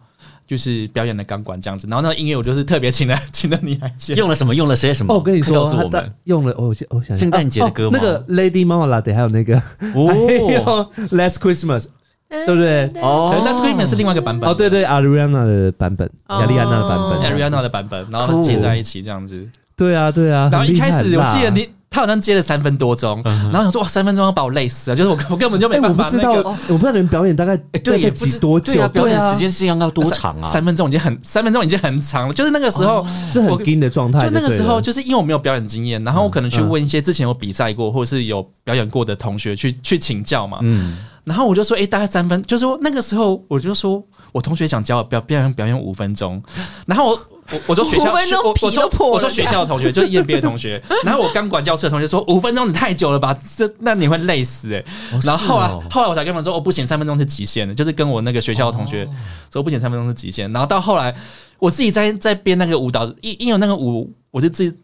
Speaker 4: 就是表演的钢管这样子，然后那个音乐我就是特别请了 请了你来接，
Speaker 3: 用了什么？用了些什么？
Speaker 2: 哦，我跟你
Speaker 3: 告
Speaker 2: 说，
Speaker 3: 诉
Speaker 2: 他
Speaker 3: 我
Speaker 2: 大
Speaker 3: 们
Speaker 2: 用了哦，我想我想
Speaker 3: 圣诞节的歌
Speaker 2: 哦
Speaker 3: 吗
Speaker 2: 那个 Lady Mama La 得还有那个
Speaker 3: 哦
Speaker 2: 哎 Last Christmas，
Speaker 1: 对
Speaker 2: 对不对？
Speaker 4: 可是那这个音乐
Speaker 3: 哦，
Speaker 4: 是另外一个版本
Speaker 2: 哦，对对，Ariana 的版本，
Speaker 1: 哦
Speaker 2: 亚丽安娜的版本，
Speaker 4: Ariana 的版本，然后
Speaker 2: Cool
Speaker 4: 接在一起这样子。
Speaker 2: 对啊对啊，
Speaker 4: 然后
Speaker 2: 很
Speaker 4: 一
Speaker 2: 厉
Speaker 4: 开
Speaker 2: 害
Speaker 4: 始我
Speaker 2: 啦
Speaker 4: 记得你，他好像接了三分多钟，然后想说哇，三分钟要把我累死了，就是我我根本就没
Speaker 2: 哎，我
Speaker 4: 办
Speaker 2: 不
Speaker 4: 法。
Speaker 2: 知道，
Speaker 4: 那
Speaker 2: 我
Speaker 4: 个
Speaker 2: 不知道你们表演大概
Speaker 3: 哎，对，
Speaker 2: 大
Speaker 3: 也
Speaker 2: 概
Speaker 3: 不
Speaker 2: 几
Speaker 3: 知
Speaker 2: 多久？
Speaker 3: 对啊，表
Speaker 2: 对
Speaker 3: 演
Speaker 2: 啊
Speaker 3: 时，间是要要多长啊？
Speaker 4: 三分钟已经很三分钟已经很长了，就是那个时候。
Speaker 2: 哦是很
Speaker 4: 我
Speaker 2: 紧的状态。
Speaker 4: 就那个时候，
Speaker 2: 对了，
Speaker 4: 就是因为我没有表演经验，然后我可能去问一些之前有比赛过或者是有表演过的同学去去请教嘛。
Speaker 3: 嗯，
Speaker 4: 然后我就说，哎、大概三分，就说那个时候我就说我同学想教我表表演表演五分钟，然后我。我我说学校
Speaker 1: 五分钟
Speaker 4: 我我
Speaker 1: 皮都
Speaker 4: 说
Speaker 1: 破了
Speaker 4: 我说学校的同学就是验 b 的同学，然后我刚管教室的同学说五分钟你太久了吧，这那你会累死哎、
Speaker 3: 哦
Speaker 4: 然后后来、
Speaker 3: 是哦
Speaker 4: 后来我才跟他们说，哦不行，三分钟是极限的，就是跟我那个学校的同学说不行，三分钟是极限。然后到后来我自己在在编那个舞蹈，因因为那个舞我是自己自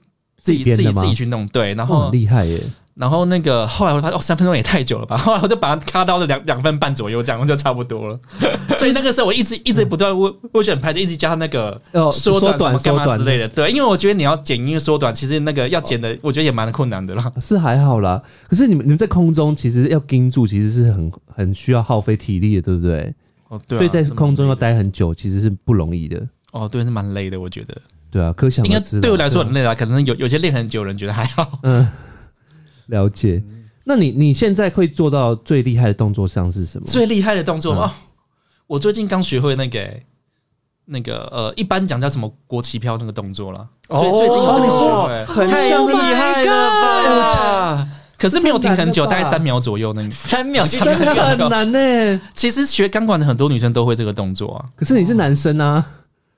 Speaker 2: 自己
Speaker 4: 己
Speaker 2: 编
Speaker 4: 自
Speaker 2: 的
Speaker 4: 己
Speaker 2: 吗
Speaker 4: 自己去弄对，
Speaker 2: 哇
Speaker 4: 然后
Speaker 2: 哦很厉害耶，
Speaker 4: 然后那个后来我发现哦，三分钟也太久了吧？后来我就把它卡到了两两分半左右，这样就差不多了。所以那个时候我一直一直不断为为选拍的，一直加那个
Speaker 2: 哦
Speaker 4: 缩
Speaker 2: 缩
Speaker 4: 短什
Speaker 2: 短
Speaker 4: 么干
Speaker 2: 缩
Speaker 4: 嘛
Speaker 2: 短
Speaker 4: 之类的。对，因为我觉得你要剪音乐缩短，其实那个要剪的，我觉得也蛮困难的啦。
Speaker 2: 是还好啦。可是你们你们在空中其实要盯住，其实是很很需要耗费体力的，对不对？
Speaker 4: 哦，
Speaker 2: 所以在空中要待很久，其实是不容易的。
Speaker 4: 哦，对，是蛮累的，我觉得。
Speaker 2: 对啊，可想
Speaker 4: 应该
Speaker 2: 而知啦。
Speaker 4: 对我来说很
Speaker 2: 啊
Speaker 4: 累啦，可能有有些练很久的人觉得还好。
Speaker 2: 嗯，了解。那你你现在会做到最厉害的动作上是什么？
Speaker 4: 最厉害的动作
Speaker 2: 嗯
Speaker 4: 哦，我最近刚学会那个欸那个呃，一般讲叫什么国旗飘那个动作了。
Speaker 3: 哦
Speaker 4: 最
Speaker 2: 哦
Speaker 4: 最近我这边学会，
Speaker 2: 很
Speaker 1: 太
Speaker 2: 像
Speaker 1: 厉害了
Speaker 2: 吧？
Speaker 4: 可是没有停很久，
Speaker 2: 太难
Speaker 4: 大
Speaker 2: 了吧
Speaker 4: 概 三秒左右那个。
Speaker 3: 三秒就
Speaker 2: 真的很难呢、
Speaker 4: 其实学钢管的很多女生都会这个动 作啊。
Speaker 2: 可是你是男生啊，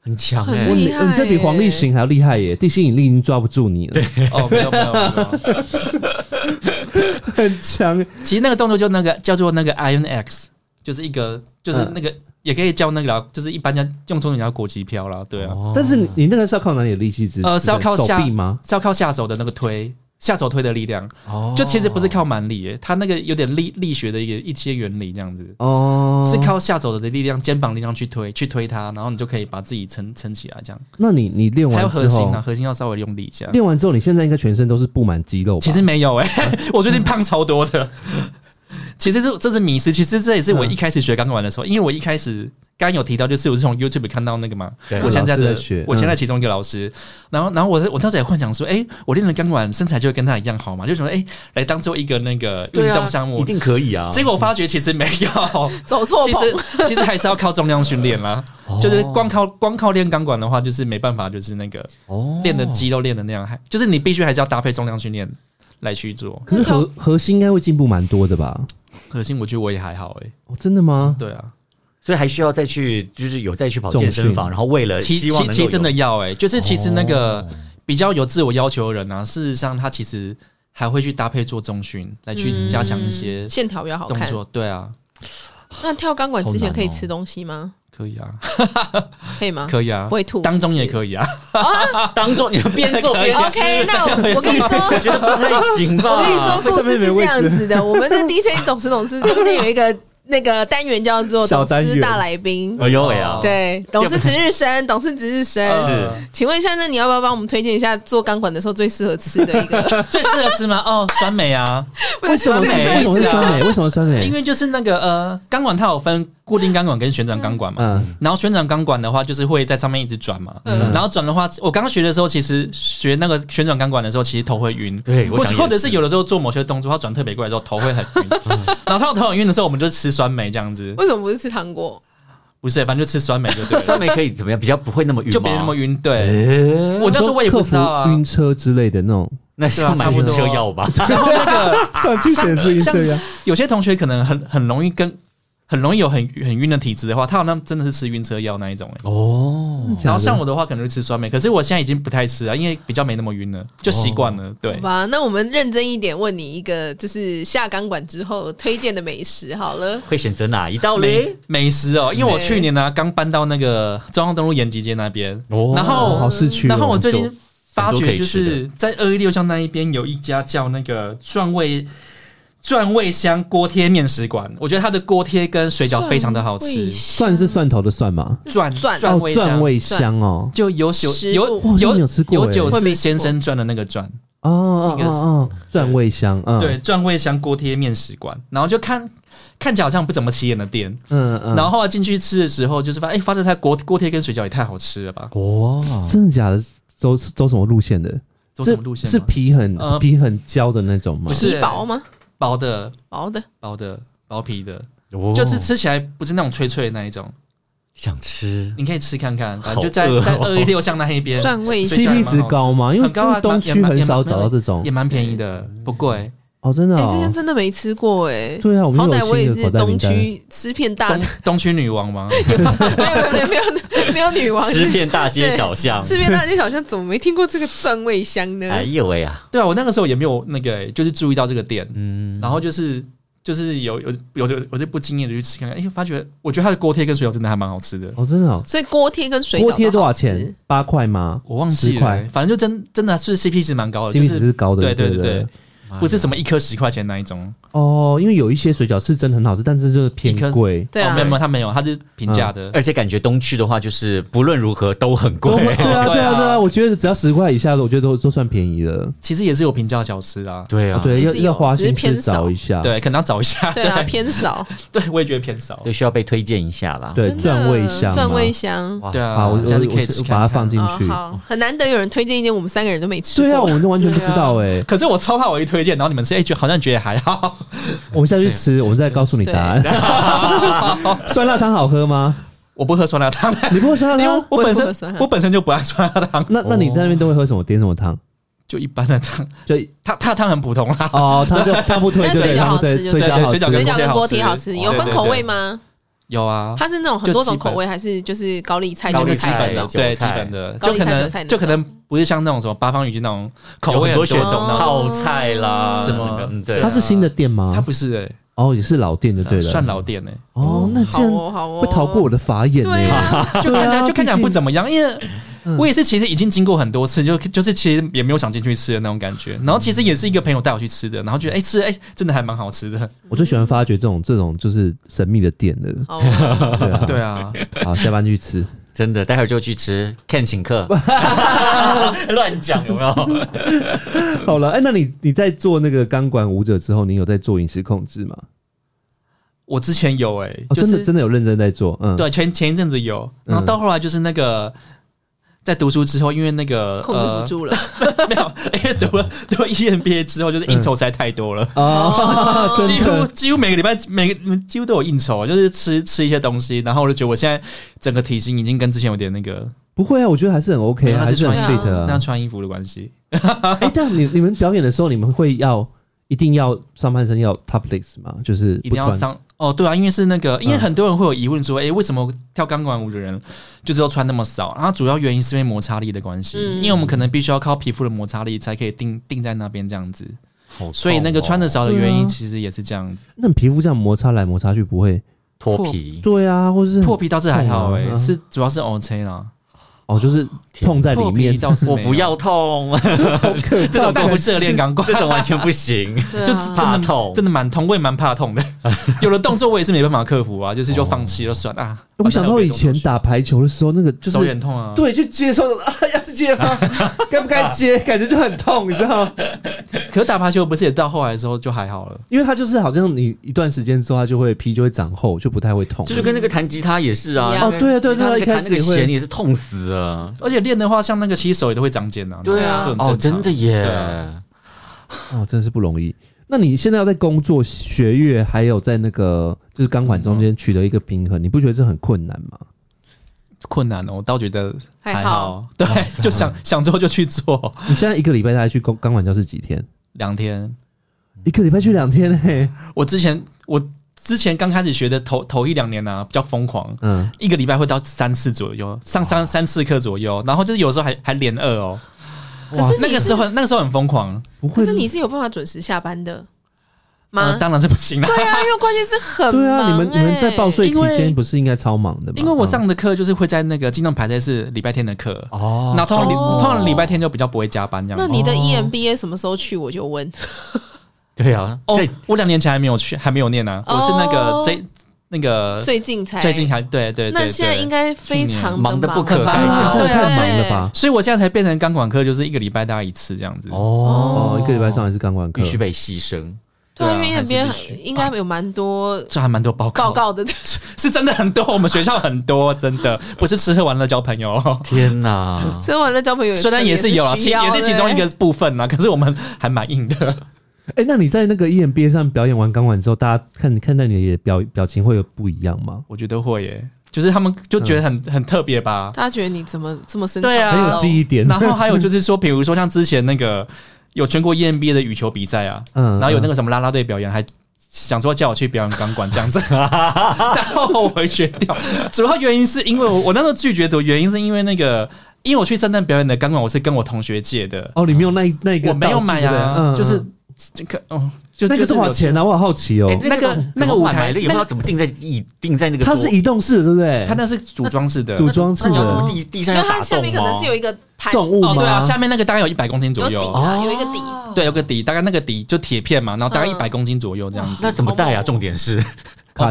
Speaker 3: 很强
Speaker 1: 很
Speaker 4: 嗯
Speaker 3: 哎、
Speaker 2: 我你
Speaker 1: 厉害欸
Speaker 2: 你这比黄立行还要厉害耶！地心引力已经抓不住你了，
Speaker 4: 哦，没有没有没有。
Speaker 2: 很强欸。
Speaker 4: 其实那个动作就那个叫做那个 I N X，就是一个就是那个、也可以叫那个啦，就是一般叫用中文叫国旗飘啦，对啊，
Speaker 3: 哦
Speaker 2: 但是你你那个是要靠哪里的力气支持？
Speaker 4: 呃是要靠
Speaker 2: 手
Speaker 4: 下
Speaker 2: 臂吗？
Speaker 4: 是要靠下手的那个推。下手推的力量，
Speaker 3: 哦
Speaker 4: 就其实不是靠蛮力耶，它那个有点力力学的一个一些原理这样子，
Speaker 2: 哦，
Speaker 4: 是靠下手的力量、肩膀力量去推去推它，然后你就可以把自己撑撑起来这样。
Speaker 2: 那你你练
Speaker 4: 还有
Speaker 2: 完
Speaker 4: 核
Speaker 2: 之
Speaker 4: 心
Speaker 2: 后
Speaker 4: 啊，，核心要稍微用力一下。
Speaker 2: 练完之后，你现在应该全身都是布满肌肉吧？
Speaker 4: 其实没有哎、 我最近胖超多的。 其实这这是迷失，其实这也是
Speaker 2: 嗯
Speaker 4: 我一开始学钢管的时候，因为我一开始刚刚有提到，就是我是从 YouTube 看到那个嘛，
Speaker 3: 对
Speaker 4: 我现在
Speaker 2: 老师
Speaker 4: 的
Speaker 2: 在学
Speaker 4: 我现在
Speaker 2: 嗯
Speaker 4: 其中一个老师，然后然后我我当时也幻想说，哎、我练了钢管身材就会跟他一样好嘛，就想说，哎、来当做一个那个运
Speaker 3: 对啊
Speaker 4: 动项目
Speaker 3: 一。定可以啊。
Speaker 4: 结果我发觉其实没 有，
Speaker 1: 走错
Speaker 4: 其
Speaker 1: 棚，
Speaker 4: 实其实还是要靠重量训练啦，
Speaker 3: 哦
Speaker 4: 就是光靠光靠练钢管的话，就是没办法，就是那个
Speaker 3: 哦
Speaker 4: 练的肌肉练的那样，还就是你必须还是要搭配重量训练来去做。
Speaker 2: 可是核核心应该会进步蛮多的吧？
Speaker 4: 核心我觉得我也还好哎、
Speaker 2: 哦，真的 吗？
Speaker 4: 对啊，
Speaker 3: 所以还需要再去，就是有再去跑
Speaker 2: 重
Speaker 3: 健身
Speaker 2: 训
Speaker 3: 房，然后为了
Speaker 4: 其
Speaker 3: 呃希
Speaker 4: 其
Speaker 3: 望能够
Speaker 4: 其实真的
Speaker 3: 有哦
Speaker 4: 要哎、就是其实那个比较有自我要求的人啊，事实上他其实还会去搭配做中训来去加强一些
Speaker 1: 嗯线条要好
Speaker 4: 动
Speaker 1: 看。
Speaker 4: 作。对啊，
Speaker 1: 那跳钢管之前可以
Speaker 3: 好难哦
Speaker 1: 吃东西吗？
Speaker 4: 可以啊，
Speaker 1: 可以吗？
Speaker 4: 可以啊
Speaker 1: 不，会吐，
Speaker 4: 当中也
Speaker 1: 以。
Speaker 4: 可以啊。
Speaker 3: 当做你们边做边吃
Speaker 1: 哎 OK，那我我跟你说，
Speaker 3: 我觉得不太行吧？
Speaker 1: 我跟你说，故事是这样子的，我们这 DJ 董事董事中间有一个那个单元叫做“
Speaker 2: 小
Speaker 1: 董
Speaker 2: 单元
Speaker 1: 事大来宾
Speaker 3: 哎呦喂啊！”，
Speaker 1: 对，董事值日生，董事值日生。
Speaker 3: 是
Speaker 1: 请问一下，那你要不要帮我们推荐一下做钢管的时候最适合吃的一 个？
Speaker 4: 最适合吃吗？哦，酸梅啊，
Speaker 2: 为什么？
Speaker 4: 酸梅
Speaker 2: 为什么是酸欸梅？为什么是酸梅？
Speaker 4: 啊因为就是那个呃，钢管它有分固定钢管跟旋转钢管嘛。
Speaker 2: 嗯，
Speaker 4: 然后旋转钢管的话，就是会在上面一直转嘛。
Speaker 1: 嗯
Speaker 4: 然后转的话，我刚刚学的时候，其实学那个旋转钢管的时候，其实头会晕。
Speaker 3: 对我
Speaker 4: 或
Speaker 3: 想也
Speaker 4: 或者是
Speaker 3: 是嗯
Speaker 4: 有的时候做某些动作，它转特别快的时候，头会很晕。 然后他头很晕的时候，我们就吃酸梅这样子，
Speaker 1: 为什么不是吃糖果？
Speaker 4: 不是，反正就吃酸梅就对了，
Speaker 3: 酸梅可以怎么样？比较不会那么晕吗，啊
Speaker 4: 就别那么晕。
Speaker 3: 哎
Speaker 4: 对，
Speaker 2: 诶
Speaker 4: 我那时候我也不知道啊
Speaker 2: 克服晕车之类的那种，
Speaker 3: 那是要买晕车药吧？
Speaker 4: 然后那个
Speaker 2: 上去显示晕车呀。
Speaker 4: 有些同学可能很很容易跟很容易有很很晕的体质的话，他好像真的是吃晕车药那一种、欸。
Speaker 3: 哦，
Speaker 2: 假的
Speaker 4: 然后像我的话，可能就吃酸梅，可是我现在已经不太吃了，啊因为比较没那么晕了，就习惯了。对
Speaker 1: 好，吧，那我们认真一点，问你一个，就是下钢管之后推荐的美食好了。
Speaker 3: 会选择哪一道嘞？
Speaker 4: 美食哦，因为我
Speaker 1: 对
Speaker 4: 去年呢、刚搬到那个中央东路延吉街那边，
Speaker 3: 哦
Speaker 4: 然
Speaker 2: 哦，好
Speaker 4: 后
Speaker 2: 市区哦。
Speaker 4: 然后我最近发
Speaker 3: 很多可
Speaker 4: 觉
Speaker 3: 以
Speaker 4: 就是在二一六巷那一边有一家叫那个转味转味香锅贴面食馆，我觉得它的锅贴跟水饺非常的好吃，
Speaker 2: 蒜是蒜头的蒜吗？
Speaker 4: 转
Speaker 1: 蒜
Speaker 4: 转
Speaker 2: 哦
Speaker 4: 味
Speaker 2: 蒜
Speaker 4: 香。
Speaker 2: 味香哦。
Speaker 4: 就有九
Speaker 1: 食物
Speaker 4: 有
Speaker 2: 哇好像
Speaker 4: 有
Speaker 2: 没有吃过
Speaker 4: 有
Speaker 2: 欸
Speaker 4: 九
Speaker 1: 会没
Speaker 4: 四
Speaker 1: 吃
Speaker 4: 先
Speaker 1: 过
Speaker 4: 生转的那个转，
Speaker 2: 哦哦
Speaker 4: 应该
Speaker 2: 哦
Speaker 4: 是
Speaker 2: 哦，蒜味香。嗯，
Speaker 4: 对，，转味香锅贴面食馆，然后就看看起来好像不怎么起眼的店，
Speaker 2: 嗯嗯。
Speaker 4: 然后后啊来进去吃的时候，就是发现哎、发现它锅锅贴跟水饺也太好吃了吧？
Speaker 3: 哇，
Speaker 2: 哦真的假的？走走什么路线的？
Speaker 4: 走什么路线
Speaker 2: 是
Speaker 4: 吗？
Speaker 2: 是皮很
Speaker 4: 呃
Speaker 2: 皮很焦的那种吗
Speaker 4: 不？是
Speaker 1: 皮薄吗？
Speaker 4: 薄的
Speaker 1: 薄的，
Speaker 4: 薄的薄皮的，
Speaker 3: 哦
Speaker 4: 就是吃起来不是那种脆脆的那一种，
Speaker 3: 想吃
Speaker 4: 你可以吃看看，反
Speaker 3: 好
Speaker 4: 正就在
Speaker 3: 饿哦
Speaker 4: 在二一六巷那一边，
Speaker 1: 蒜味
Speaker 4: 水饺也
Speaker 2: CP
Speaker 4: 蛮好吃
Speaker 2: 值高吗？因为
Speaker 4: 很高啊
Speaker 2: 东区很少
Speaker 4: 也蛮也蛮
Speaker 2: 找到这种
Speaker 4: 也蛮便宜的，不贵。
Speaker 2: 哦，真的
Speaker 1: 哎、
Speaker 2: 哦
Speaker 1: 这。间真的没吃过哎、
Speaker 2: 对啊，我们
Speaker 1: 好
Speaker 2: 有
Speaker 1: 歹我也
Speaker 2: 新的
Speaker 1: 是
Speaker 2: 口袋
Speaker 1: 东
Speaker 2: 名单。
Speaker 1: 区吃遍大
Speaker 4: 东，东区女王吗？
Speaker 1: 没有没有没有没有没有女王，
Speaker 3: 吃遍大街小 巷，
Speaker 1: 吃遍大街小巷，怎么没听过这个蒜味香呢？
Speaker 3: 哎呦喂啊！
Speaker 4: 对啊，我那个时候也没有那个、就是注意到这个店，
Speaker 3: 嗯，
Speaker 4: 然后就是。就是有有有有我就不经意的去吃看看，哎、发觉我觉得它的锅贴跟水饺真的还蛮好吃的，
Speaker 2: 哦，真的哦。
Speaker 1: 所以锅贴跟水饺
Speaker 2: 锅贴
Speaker 1: 都
Speaker 2: 多
Speaker 1: 好
Speaker 2: 少
Speaker 1: 吃
Speaker 2: 钱？？八块吗？
Speaker 4: 我忘记
Speaker 2: 10
Speaker 4: 了、
Speaker 2: 块
Speaker 4: 反正就真真真的是 CP 值蛮高的，
Speaker 2: 心
Speaker 4: 哦就
Speaker 2: 理值
Speaker 4: 是
Speaker 2: 是高的，
Speaker 4: 对
Speaker 2: 对
Speaker 4: 对对
Speaker 2: 对
Speaker 4: 对。不是什么一颗十块钱那一种。
Speaker 2: 哦，因为有一些水饺是真的很好吃，但是就是偏
Speaker 4: 一颗
Speaker 2: 贵。
Speaker 1: 对啊
Speaker 4: 哦没有没有，他没有，他是平价的。
Speaker 2: 嗯
Speaker 3: 而且感觉东区的话，就是不论如何都很贵
Speaker 2: 都。 对啊，对
Speaker 4: 对
Speaker 2: 啊，
Speaker 4: 啊
Speaker 2: 对啊！我觉得只要十块以下的，我觉得都都算便宜了。
Speaker 4: 其实也是有平价小吃啊。
Speaker 3: 对
Speaker 2: 啊
Speaker 3: 啊，，
Speaker 2: 对，
Speaker 1: 也
Speaker 2: 要
Speaker 1: 是有
Speaker 2: 要花
Speaker 1: 只是
Speaker 2: 心思
Speaker 1: 偏少
Speaker 2: 找一下，
Speaker 4: 对，可能要找一下。
Speaker 1: 对啊，偏少，
Speaker 4: 对，我也觉得偏少
Speaker 3: 所。以需要被推荐一下啦。
Speaker 2: 对，
Speaker 1: 真的
Speaker 2: 转位香嘛，啊
Speaker 1: 转味香。
Speaker 3: 哇
Speaker 4: 对啊
Speaker 2: 好，我我
Speaker 4: 下次可以
Speaker 2: 我
Speaker 4: 吃看
Speaker 2: 把它
Speaker 4: 看
Speaker 2: 放进
Speaker 1: 哦，
Speaker 2: 去。
Speaker 1: 好，很难得有人推荐一件我们三个人都没吃
Speaker 2: 对啊，我
Speaker 1: 过。
Speaker 2: 们都完全不知道哎。
Speaker 1: 啊
Speaker 4: 可是我超怕我一推荐，然后你们吃，哎、觉好像觉得还好。
Speaker 2: 我们下去吃，我们再告诉你答案。 酸辣汤好喝吗？
Speaker 4: 我不喝酸辣汤，
Speaker 2: 你不会酸辣
Speaker 4: 因为
Speaker 2: 汤？
Speaker 4: 我本
Speaker 1: 我也不喝酸辣
Speaker 4: 身
Speaker 1: 汤
Speaker 4: 我本身就不爱酸辣汤，
Speaker 2: 那那你在那边都会喝什么？点什么汤？
Speaker 4: 就一般的汤。
Speaker 2: 就
Speaker 4: 它它汤很普通 啦，
Speaker 2: 哦，汤就汤不推，
Speaker 1: 但
Speaker 2: 对
Speaker 1: 水饺
Speaker 2: 汤
Speaker 1: 好
Speaker 2: 不推，
Speaker 1: 吃
Speaker 2: 水
Speaker 1: 就
Speaker 2: 饺好
Speaker 4: 对
Speaker 2: 吃
Speaker 4: 水饺
Speaker 1: 水
Speaker 4: 跟
Speaker 1: 饺跟锅贴好吃，哦
Speaker 4: 锅贴
Speaker 1: 有
Speaker 4: 好吃
Speaker 1: 分口味吗？
Speaker 4: 有啊，
Speaker 1: 它是那种很多种口味，还是哦就是高丽菜、
Speaker 3: 高
Speaker 1: 韭
Speaker 3: 丽
Speaker 1: 菜
Speaker 3: 菜
Speaker 1: 那种？
Speaker 4: 对
Speaker 3: 韭
Speaker 4: 基
Speaker 3: 菜
Speaker 4: 本的，
Speaker 1: 高
Speaker 4: 就
Speaker 1: 丽
Speaker 4: 可
Speaker 1: 菜韭菜
Speaker 4: 能
Speaker 1: 那
Speaker 4: 就可
Speaker 1: 种
Speaker 4: 能不是像那种什么八方云集那种口
Speaker 3: 有
Speaker 4: 味
Speaker 3: 很多
Speaker 4: 很多
Speaker 3: 选
Speaker 4: 种
Speaker 3: 种
Speaker 1: 哦
Speaker 4: 那种，
Speaker 3: 泡菜啦，
Speaker 4: 是
Speaker 3: 什
Speaker 4: 吗
Speaker 3: 么的，嗯，对
Speaker 2: 它。是新的店吗
Speaker 4: 它？不是哎、
Speaker 2: 哦，也是老店就对了。
Speaker 4: 算老店哎、
Speaker 2: 哦，那
Speaker 1: 好
Speaker 2: 这样
Speaker 1: 哦，好哦，
Speaker 2: 会逃过我的法眼呢。
Speaker 1: 对啊，
Speaker 4: 就看起
Speaker 2: 对啊
Speaker 4: 来就看起来
Speaker 2: 毕竟嗯
Speaker 4: 不怎么样，因为我也是其实已经经过很多次，就就是其实也没有想进去吃的那种感觉。
Speaker 2: 嗯
Speaker 4: 然后其实也是一个朋友带我去吃的，然后觉得哎、吃哎、真的还蛮好吃的。
Speaker 2: 我最喜欢发掘这种这种就是神秘的店了。
Speaker 1: 好哦
Speaker 2: 对 啊，
Speaker 4: 对啊，
Speaker 2: 好，下班去吃。
Speaker 3: 真的，待会儿就去吃 Ken 请客，乱讲有没有？
Speaker 2: 好了，哎，那你你在做那个钢管舞者之后，你有在做饮食控制吗？
Speaker 4: 我之前有哎、
Speaker 2: 哦，
Speaker 4: 就
Speaker 2: 真
Speaker 4: 是、
Speaker 2: 的嗯真的有认真在做，嗯，
Speaker 4: 对前前一阵子有，然后到后来就是那个。在读书之后，因为那个
Speaker 1: 控制不住 了，
Speaker 4: 呃，没 有，因为读了读了 EMBA 之后，就是应酬实在太
Speaker 2: 嗯
Speaker 4: 多了，
Speaker 2: 哦，
Speaker 1: 哦
Speaker 2: 真
Speaker 4: 几乎
Speaker 2: 的，
Speaker 4: 几乎每个礼拜每个几乎都有应酬，就是吃吃一些东西，然后我就觉得我现在整个体型已经跟之前有点那个，
Speaker 2: 不会啊，我觉得还是很 OK，啊
Speaker 4: 那
Speaker 2: 还
Speaker 4: 是
Speaker 2: 是很
Speaker 1: 穿
Speaker 2: fit 啊
Speaker 4: 那。穿衣服的关系，
Speaker 2: 哎、但你你们表演的时候，你们会要一定要上半身要 topless 吗？就是
Speaker 4: 一
Speaker 2: 不
Speaker 4: 定要
Speaker 2: 穿
Speaker 4: 上哦，对啊，因为是那个，因为
Speaker 2: 嗯
Speaker 4: 很多人会有疑问说，诶，为什么跳钢管舞的人就是都穿那么少？然后主要原因是因为摩擦力的关系，
Speaker 1: 嗯
Speaker 4: 因为我们可能必须要靠皮肤的摩擦力才可以定定在那边这样子，
Speaker 3: 好
Speaker 4: 所以那
Speaker 3: 痛
Speaker 4: 个
Speaker 3: 哦
Speaker 4: 穿的少的
Speaker 2: 对啊
Speaker 4: 原因其实也是这样子。
Speaker 2: 那你皮肤这样摩擦来摩擦去，不会？
Speaker 3: 脱皮，
Speaker 2: 对啊，或是
Speaker 4: 破皮倒是还好、诶，
Speaker 2: 嗯
Speaker 4: 是主要是 OK 啦，
Speaker 2: 哦，就是痛在里
Speaker 4: 破皮
Speaker 2: 面，
Speaker 4: 倒是
Speaker 3: 我
Speaker 4: 没有
Speaker 3: 不要痛，
Speaker 2: 好可
Speaker 4: 这种都 不涉恋钢管
Speaker 3: 这。种完全不行，
Speaker 1: 对啊
Speaker 4: 就真
Speaker 3: 怕
Speaker 4: 的
Speaker 3: 痛
Speaker 4: 真的蛮痛，我也蛮怕 痛的。有的动作我也是没办法克服啊，就是就放弃了算了啊。
Speaker 2: 我想到以前打排球的时候，那个就
Speaker 4: 手
Speaker 2: 是
Speaker 4: 眼痛啊，
Speaker 2: 对，就接手 啊，要去接 吗？该不该接？感觉就很痛，你知道吗？
Speaker 4: 可是打排球不是也到后来的时候就还好了。
Speaker 2: 因为它就是好像你一段时间之后，它就会皮就会长厚，就不太会痛。
Speaker 3: 就是跟那个弹吉他也是啊
Speaker 1: 一，
Speaker 2: 哦
Speaker 1: 样，
Speaker 2: 对啊，对啊
Speaker 3: 吉
Speaker 2: 对
Speaker 3: 他
Speaker 2: 啊，
Speaker 3: 那
Speaker 2: 一
Speaker 3: 个
Speaker 2: 开
Speaker 3: 弹那
Speaker 2: 始
Speaker 3: 个
Speaker 2: 也
Speaker 3: 弦
Speaker 2: 会。
Speaker 3: 也是痛死了。
Speaker 4: 而且练的话，像那个其实手也都会长茧啊。
Speaker 3: 对啊
Speaker 4: 就很，正常
Speaker 3: 哦，真的
Speaker 4: 对
Speaker 3: 耶
Speaker 4: 啊。
Speaker 2: 哦，真的是不容易。那你现在要在工作、学业，还有在那个就是钢管中间取得一个平衡，你不觉得这很困难吗？
Speaker 4: 困难哦，我倒觉得
Speaker 1: 还好，
Speaker 4: 好。对， 就想想之后就去做
Speaker 2: 你现在一个礼拜大概去钢钢管教室几天？
Speaker 4: 两天。
Speaker 2: 一个礼拜去两天嘿、
Speaker 4: 我之前我之前刚开始学的头头一两年呢、啊，比较疯狂，
Speaker 2: 嗯，
Speaker 4: 一个礼拜会到三次左右，上三三次课左右，然后就是有时候还还连二哦。
Speaker 1: 可是
Speaker 4: 那
Speaker 1: 你
Speaker 4: 个时候那个时候很疯狂，
Speaker 2: 不
Speaker 1: 可
Speaker 2: 会。
Speaker 1: 是你是有办法准时下班的吗
Speaker 4: 呃，？当然是不行啦。
Speaker 1: 对啊，因为关键是很
Speaker 2: 对啊，
Speaker 1: 忙
Speaker 2: 你们你们在
Speaker 1: 欸
Speaker 2: 报税期
Speaker 4: 因为
Speaker 2: 间不是应该超忙的吗？
Speaker 4: 因为
Speaker 2: 嗯
Speaker 4: 我上的课就是会在那个尽量排在是礼拜天的课，
Speaker 3: 哦
Speaker 4: 那通常礼
Speaker 1: 哦
Speaker 4: 通常礼拜天就比较不会加班这样
Speaker 1: 那
Speaker 4: 子。
Speaker 1: 你的 E EMBA 什么时候去？我就问。
Speaker 3: 对啊，
Speaker 4: 哦
Speaker 3: 在，
Speaker 4: 我两年前还没有去，还没有念呢、
Speaker 1: 哦
Speaker 4: 我是那个 J 那个
Speaker 1: 呃最近才
Speaker 4: 最近还对对对，
Speaker 1: 那现在
Speaker 4: 对
Speaker 1: 应该非常的
Speaker 3: 忙得不可
Speaker 1: 吧
Speaker 3: 开
Speaker 2: 啊，
Speaker 3: 交
Speaker 2: 这也
Speaker 1: 对啊，
Speaker 2: 太忙了吧！
Speaker 4: 所以我现在才变成钢管课，就是一个礼拜大概一次这样子。
Speaker 2: 哦，一个礼拜上一次钢管课
Speaker 3: 必，须被牺牲，
Speaker 1: 对啊，因
Speaker 4: 对啊
Speaker 1: 为
Speaker 4: 还
Speaker 1: 那
Speaker 4: 是
Speaker 1: 边
Speaker 4: 必须
Speaker 1: 应该有蛮多
Speaker 4: 这还蛮多报告，
Speaker 1: 报告的，！
Speaker 4: 是真的很多，我们学校很多，真的不是吃喝玩乐交朋友。
Speaker 3: 天哪
Speaker 1: 所以我在交朋友
Speaker 4: 虽然也是有啊，其
Speaker 1: 需
Speaker 4: 也
Speaker 1: 要
Speaker 4: 是其中一个
Speaker 1: 的
Speaker 4: 部分啊，可是我们还蛮硬的。
Speaker 2: 哎、那你在那个 EMBA 上表演完钢管之后，大家看你看待你的表表情会有不一样吗？
Speaker 4: 我觉得会耶，就是他们就觉得很、很特别吧。
Speaker 1: 大家觉得你怎么这么深？
Speaker 4: 对啊
Speaker 2: 很有记忆点，
Speaker 4: 然后还有就是说，比如说像之前那个有全国 E EMBA 的羽球比赛啊，
Speaker 2: 嗯
Speaker 4: 然后有那个什么啦啦队表演，还想说叫我去表演钢管这样子， 然后我回绝掉。主要原因是因为我我那时候拒绝的原因是因为那个，因为我去圣诞表演的钢管，我是跟我同学借的，
Speaker 2: 哦哦，你没有那一那一个
Speaker 4: 我没有
Speaker 2: 道具
Speaker 4: 买
Speaker 2: 对不对
Speaker 4: 啊，
Speaker 2: 嗯
Speaker 4: 就是
Speaker 2: 嗯
Speaker 4: 这个哦，就
Speaker 2: 那个多少钱
Speaker 4: 呢？
Speaker 2: 呢？我好好奇哦
Speaker 3: 哎。
Speaker 4: 那个
Speaker 3: 种
Speaker 4: 那个
Speaker 3: 怎么
Speaker 4: 舞
Speaker 3: 买
Speaker 4: 台
Speaker 3: 买了以后
Speaker 4: 那个
Speaker 3: 要怎么定在移定在那个桌？
Speaker 2: 它是移动式的，对不对？
Speaker 4: 它那是组装式的，
Speaker 2: 组装式
Speaker 3: 那你要怎
Speaker 2: 的
Speaker 3: 么地地上
Speaker 1: 因为
Speaker 3: 要
Speaker 1: 它
Speaker 3: 打
Speaker 1: 下
Speaker 3: 洞
Speaker 1: 面可能
Speaker 3: 吗
Speaker 1: 是？有一个盘，
Speaker 2: 重物吗？
Speaker 4: 哦，对啊，下面那个大概有一百公斤
Speaker 1: 有
Speaker 4: 左
Speaker 1: 底
Speaker 4: 右，
Speaker 1: 啊，
Speaker 3: 哦
Speaker 1: 有一个底。
Speaker 4: 对，有个底，大概那个底就铁片嘛，然后大概一
Speaker 1: 嗯
Speaker 4: 百公斤左右这样子。
Speaker 3: 那怎么带啊？
Speaker 1: 好猛哦
Speaker 3: 重点是
Speaker 4: 哦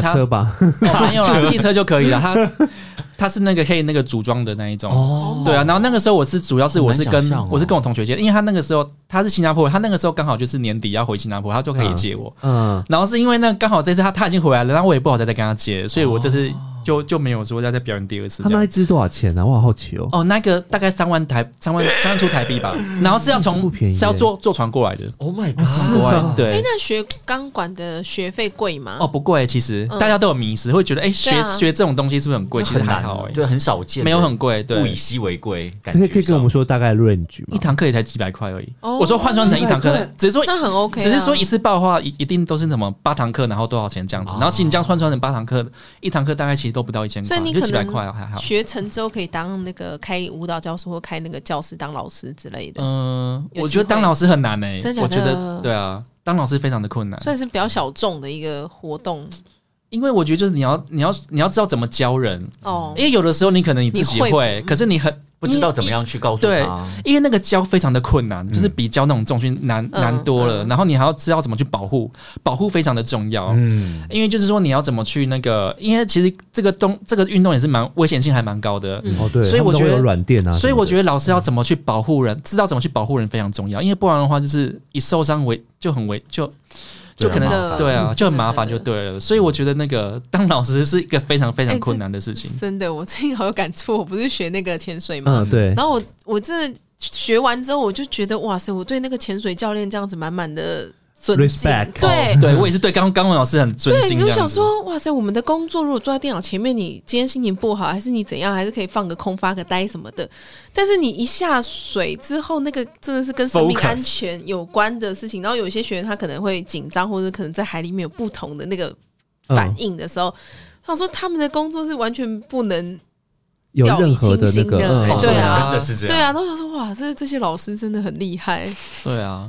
Speaker 2: 卡车 吧？
Speaker 4: 没有啦，汽车就可以了。它它是那个可以那个组装的那一种。
Speaker 3: 哦
Speaker 4: 对啊，然后那个时候我是主要是我是
Speaker 3: 很难
Speaker 4: 跟、
Speaker 3: 想象哦
Speaker 4: 我是跟我同学借，因为他那个时候他是新加坡，他那个时候刚好就是年底要回新加坡，他就可以借我。
Speaker 2: 嗯，
Speaker 4: 然后是因为那刚好这次他他已经回来了，然后我也不好再再跟他借，所以我这次就、就没有说要再表演第二次
Speaker 2: 他
Speaker 4: 这
Speaker 2: 那一
Speaker 4: 样。
Speaker 2: 只多少钱呢？我好好奇哦。
Speaker 4: 哦，那个大概三万台三万三万出台币吧，然嗯后是要
Speaker 2: 不
Speaker 4: 从
Speaker 2: 便宜耶
Speaker 4: 是要坐坐船过来的，
Speaker 3: ，Oh my God！
Speaker 2: 是
Speaker 4: 国外
Speaker 2: 啊
Speaker 1: 哎，
Speaker 4: 对。
Speaker 1: 那学钢管的学费贵吗？
Speaker 4: 哦，不贵，其实
Speaker 1: 嗯
Speaker 4: 大家都有迷思，会觉得哎、学
Speaker 1: 对啊
Speaker 4: 学这种东西是不是很贵？其实
Speaker 3: 很
Speaker 4: 还
Speaker 3: 难
Speaker 4: 好哎、
Speaker 3: 对，很少见，
Speaker 4: 没有很贵，对
Speaker 3: 物以，稀为贵，感
Speaker 2: 可
Speaker 3: 觉
Speaker 2: 以可以跟我们说大概 range
Speaker 4: 哎一
Speaker 2: 吗？
Speaker 4: 堂课也才几百块而已。
Speaker 1: 哦
Speaker 4: 我说换算成一堂
Speaker 2: 几
Speaker 4: 课
Speaker 2: 百块，
Speaker 4: 只是说
Speaker 1: 那很 OK，啊
Speaker 4: 只是说一次报的话，一一定都是什么八堂课，然后多少钱这样子。
Speaker 3: 哦
Speaker 4: 然后其实你这样换算成八堂课，一堂课大概其实都不到一千
Speaker 1: 所
Speaker 4: 块，
Speaker 1: 以你
Speaker 4: 就
Speaker 1: 可
Speaker 4: 几百
Speaker 1: 能
Speaker 4: 块啊还好。
Speaker 1: 学成之后可以当那个开舞蹈教室或开那个教室当老师之类的，
Speaker 4: 嗯，
Speaker 1: 有
Speaker 4: 我
Speaker 1: 机
Speaker 4: 觉得当
Speaker 1: 会
Speaker 4: 老师很难诶
Speaker 1: 真，的
Speaker 4: 我
Speaker 1: 假
Speaker 4: 觉得
Speaker 1: 的
Speaker 4: 对啊，当老师非常的困难，
Speaker 1: 算是比较小众的一个活动
Speaker 4: 因为我觉得就是你要你要你要知道怎么教人，
Speaker 1: 哦。
Speaker 4: 因为有的时候你可能你自己
Speaker 1: 你会
Speaker 4: 会，可是你很
Speaker 3: 不知道怎么。样去告诉
Speaker 4: 对
Speaker 3: 他。
Speaker 4: 因为那个教非常的困难，就是比教那种重训难
Speaker 1: 嗯
Speaker 4: 难多了，
Speaker 1: 嗯
Speaker 4: 然后你还要知道怎么去保护，保护非常的重要。
Speaker 3: 嗯，
Speaker 4: 因为就是说你要怎么去那个，因为其实这个东这个运动也是蛮危险性还蛮高的，
Speaker 1: 嗯
Speaker 2: 哦，对，
Speaker 4: 所以我
Speaker 2: 他们都会
Speaker 4: 觉得
Speaker 2: 有软垫啊，
Speaker 4: 所以我觉
Speaker 2: 得
Speaker 4: 得老师要怎么去保护人，知道怎么去保护人非常重要，因为不然的话就是一受伤为就很危就。就可
Speaker 1: 真
Speaker 4: 能
Speaker 1: 的
Speaker 4: 对啊，就很麻烦，就
Speaker 1: 嗯真的
Speaker 4: 对了。所以我觉得那个当老师是一个非常非常
Speaker 1: 哎
Speaker 4: 困
Speaker 1: 这
Speaker 4: 难的事情。
Speaker 1: 真的，我最近好有感触。我不是学那个潜水吗？
Speaker 2: 嗯，对，
Speaker 1: 然后我我真的学完之后，我就觉得哇塞，我对那个潜水教练这样子满满的尊敬。
Speaker 2: Respect
Speaker 1: 对，
Speaker 4: 对我也是对刚刚文老师很尊
Speaker 1: 对，
Speaker 4: 哦敬
Speaker 1: 你
Speaker 4: 这
Speaker 1: 就
Speaker 4: 样
Speaker 1: 想
Speaker 4: 子。
Speaker 1: 说，哇塞，我们的工作如果坐在电脑前面，你今天心情不好，还是你怎样，还是可以放个空、发个呆什么的。但是你一下水之后，那个真的是跟生命
Speaker 3: Focus
Speaker 1: 安全有关的事情。然后有一些学员他可能会紧张，或者可能在海里面有不同的那个反
Speaker 2: 嗯
Speaker 1: 应的时候，我想说他们的工作是完全不能
Speaker 2: 有任
Speaker 1: 掉以
Speaker 2: 何那
Speaker 1: 轻心
Speaker 2: 个，
Speaker 1: 的
Speaker 2: 嗯，
Speaker 1: 对啊
Speaker 3: 真的是这
Speaker 1: 对
Speaker 3: 样。
Speaker 1: 啊。然后我想说，哇，这这些老师真的很厉害。
Speaker 4: 对啊，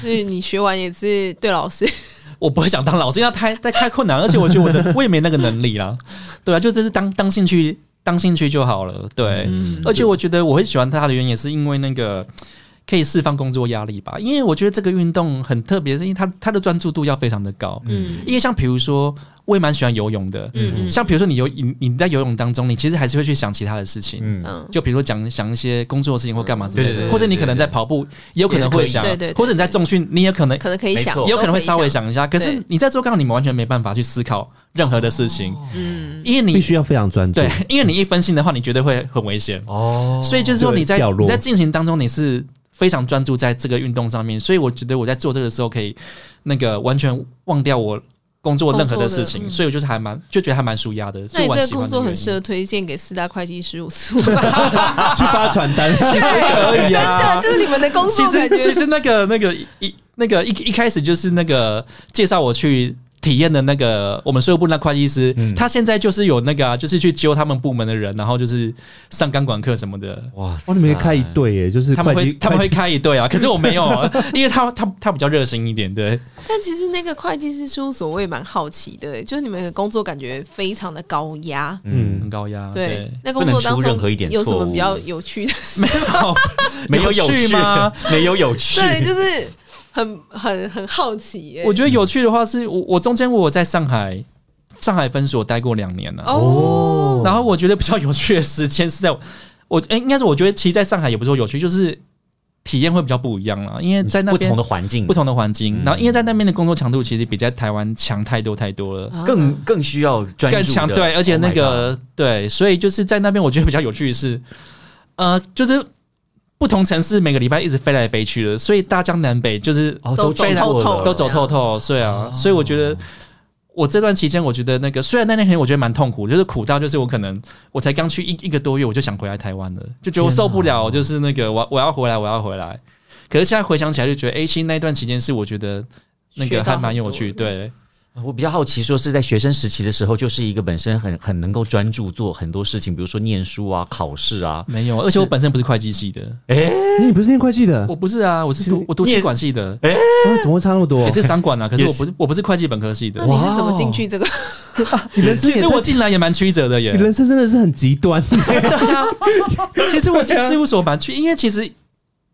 Speaker 1: 所以你学完也是对老师，
Speaker 4: 我不会想当老师，因为他太太 太困难，而且我觉得我的我也没那个能力啦。 对啊，就这是当当兴趣当兴趣就好了。对，
Speaker 3: 嗯
Speaker 4: 而且我觉得我会喜欢它的原因，也是因为那个可以释放工作压力吧。因为我觉得这个运动很特别，是因为它它的专注度要非常的高。
Speaker 1: 嗯
Speaker 4: 因为像比如说，我也蛮喜欢游泳的。
Speaker 1: 嗯
Speaker 4: 像比如说你游你你在游泳当中，你其实还是会去想其他的事情。
Speaker 3: 嗯
Speaker 1: 嗯，
Speaker 4: 就比如说讲想一些工作的事情或干嘛之类
Speaker 3: 对对
Speaker 4: 的，
Speaker 3: 对
Speaker 4: 或者你可能在跑步，也有可能会想
Speaker 1: 也是可以对对对，
Speaker 4: 或者你在重训，你也可能
Speaker 1: 可能可以想
Speaker 3: 没，错
Speaker 4: 也有可能会
Speaker 1: 都
Speaker 4: 稍微，想一下。可是
Speaker 1: 对
Speaker 4: 你在做杠，你们完全没办法去思考任何的事情，
Speaker 1: 嗯，
Speaker 4: 因为
Speaker 2: 必
Speaker 4: 你
Speaker 2: 须要非常专注
Speaker 4: 对。，因为你一分心的话，你绝对会很危险。
Speaker 3: 哦
Speaker 4: 所以就是说
Speaker 2: 对
Speaker 4: 你在
Speaker 2: 掉落
Speaker 4: 你在进行当中，你是非常专注在这个运动上面，所以我觉得我在做这个时候可以那个完全忘掉我工作任何的事情，
Speaker 1: 工作的嗯
Speaker 4: 所以我就是还蛮就觉得还蛮舒压的，所
Speaker 1: 那
Speaker 4: 以
Speaker 1: 你这
Speaker 4: 我蛮
Speaker 1: 个
Speaker 4: 喜欢
Speaker 1: 工
Speaker 4: 这
Speaker 1: 作
Speaker 4: 个
Speaker 1: 很
Speaker 4: 原
Speaker 1: 适
Speaker 4: 因。
Speaker 1: 合推荐给四大会计师事务所。
Speaker 2: 去发传单，
Speaker 4: 可以
Speaker 1: 对，
Speaker 4: 啊，
Speaker 1: 就是你们的工
Speaker 4: 其
Speaker 1: 作哦感
Speaker 4: 实其
Speaker 1: 觉。
Speaker 4: 实那个那个一那个一一开始就是那个介绍我去。体验的那个我们税务部那会计师，
Speaker 3: 嗯
Speaker 4: 他现在就是有那个、啊，就是去揪他们部门的人，然后就是上钢管课什么的，
Speaker 3: 哇塞，
Speaker 2: 哦哇，你们可以开一队耶，就是
Speaker 4: 他们
Speaker 2: 会
Speaker 4: 会
Speaker 2: 计
Speaker 4: 他们
Speaker 2: 会
Speaker 4: 会开一 队啊，可是我没有，啊，因为他他他比较热心一点，对，
Speaker 1: 但其实那个会计师事务所我也蛮好奇的，欸就是你们的工作感觉非常的高压。
Speaker 4: 很
Speaker 2: 嗯，
Speaker 4: 高压，
Speaker 1: 对，那
Speaker 3: 不
Speaker 1: 工
Speaker 3: 能
Speaker 1: 作当
Speaker 3: 出任何
Speaker 1: 中
Speaker 3: 一点
Speaker 1: 有什
Speaker 3: 错
Speaker 1: 么
Speaker 3: 误
Speaker 1: 比较有趣的事？
Speaker 4: 没有
Speaker 3: 没有有
Speaker 4: 趣
Speaker 3: 趣
Speaker 4: 吗？？
Speaker 3: 没有有趣，
Speaker 1: 对，就是很很很好奇欸耶。
Speaker 4: 我觉得有趣的话是我我中间我有在上海上海分所待过两年啊了、
Speaker 1: 哦，
Speaker 3: 嗯
Speaker 4: 然后我觉得比较有趣的时间是在我我哎、应该是我觉得其实在上海也不是说有趣，就是体验会比较不一样啦，因为在那
Speaker 3: 不
Speaker 4: 边
Speaker 3: 同的环境
Speaker 4: 不，同的环境，
Speaker 3: 嗯
Speaker 4: 然后因为在那边的工作强度其实比在台湾强太多太多了。
Speaker 1: 啊
Speaker 3: 哦更更需要嗯专注
Speaker 4: 更
Speaker 3: 的，
Speaker 4: 强，对，而且
Speaker 3: Oh my
Speaker 4: 那个、对，所以就是在那边，我觉得比较有趣的是，呃，就是不同城市每个礼拜一直飞来飞去的，所以大江南北就是、
Speaker 3: God 哦
Speaker 1: 都
Speaker 3: 都
Speaker 1: 走
Speaker 3: 去
Speaker 1: 透
Speaker 3: 过
Speaker 1: 透
Speaker 3: 了
Speaker 4: 都走透透，所以啊，所以我觉得。我这段期间，我觉得那个虽然那段时间我觉得蛮痛苦，就是苦到就是我可能我才刚去一一个多月，我就想回来台湾了，就觉得我受不了，就是那个我我要回来，我要回来。可是现在回想起来，就觉得哎、诶其实那段期间是我觉得那
Speaker 1: 学
Speaker 4: 个
Speaker 1: 到
Speaker 4: 还蛮
Speaker 1: 很
Speaker 4: 有
Speaker 1: 多
Speaker 4: 趣，
Speaker 1: 嗯
Speaker 4: 对，
Speaker 3: 我比较好奇，说是在学生时期的时候，就是一个本身很很能够专注做很多事情，比如说念书啊、考试啊。
Speaker 4: 没有，而且我本身不是会计系的，
Speaker 3: 哎，
Speaker 2: 哦你不是念会计的，
Speaker 4: 我不是啊，我是读我读
Speaker 3: 你也
Speaker 4: 气
Speaker 3: 是
Speaker 4: 管系的，
Speaker 2: 啊怎么会差那么多
Speaker 4: 也？是商管啊，可是
Speaker 3: 也
Speaker 4: 我
Speaker 3: 是
Speaker 4: 不是我不是会计本科系的
Speaker 1: 那。你是怎么进去这个？
Speaker 2: 你人生
Speaker 4: 其
Speaker 2: 也太
Speaker 4: 实我进来也蛮曲折的耶
Speaker 2: 你。人生真的是很极端。
Speaker 4: 啊其实我进事务所蛮曲，因为其实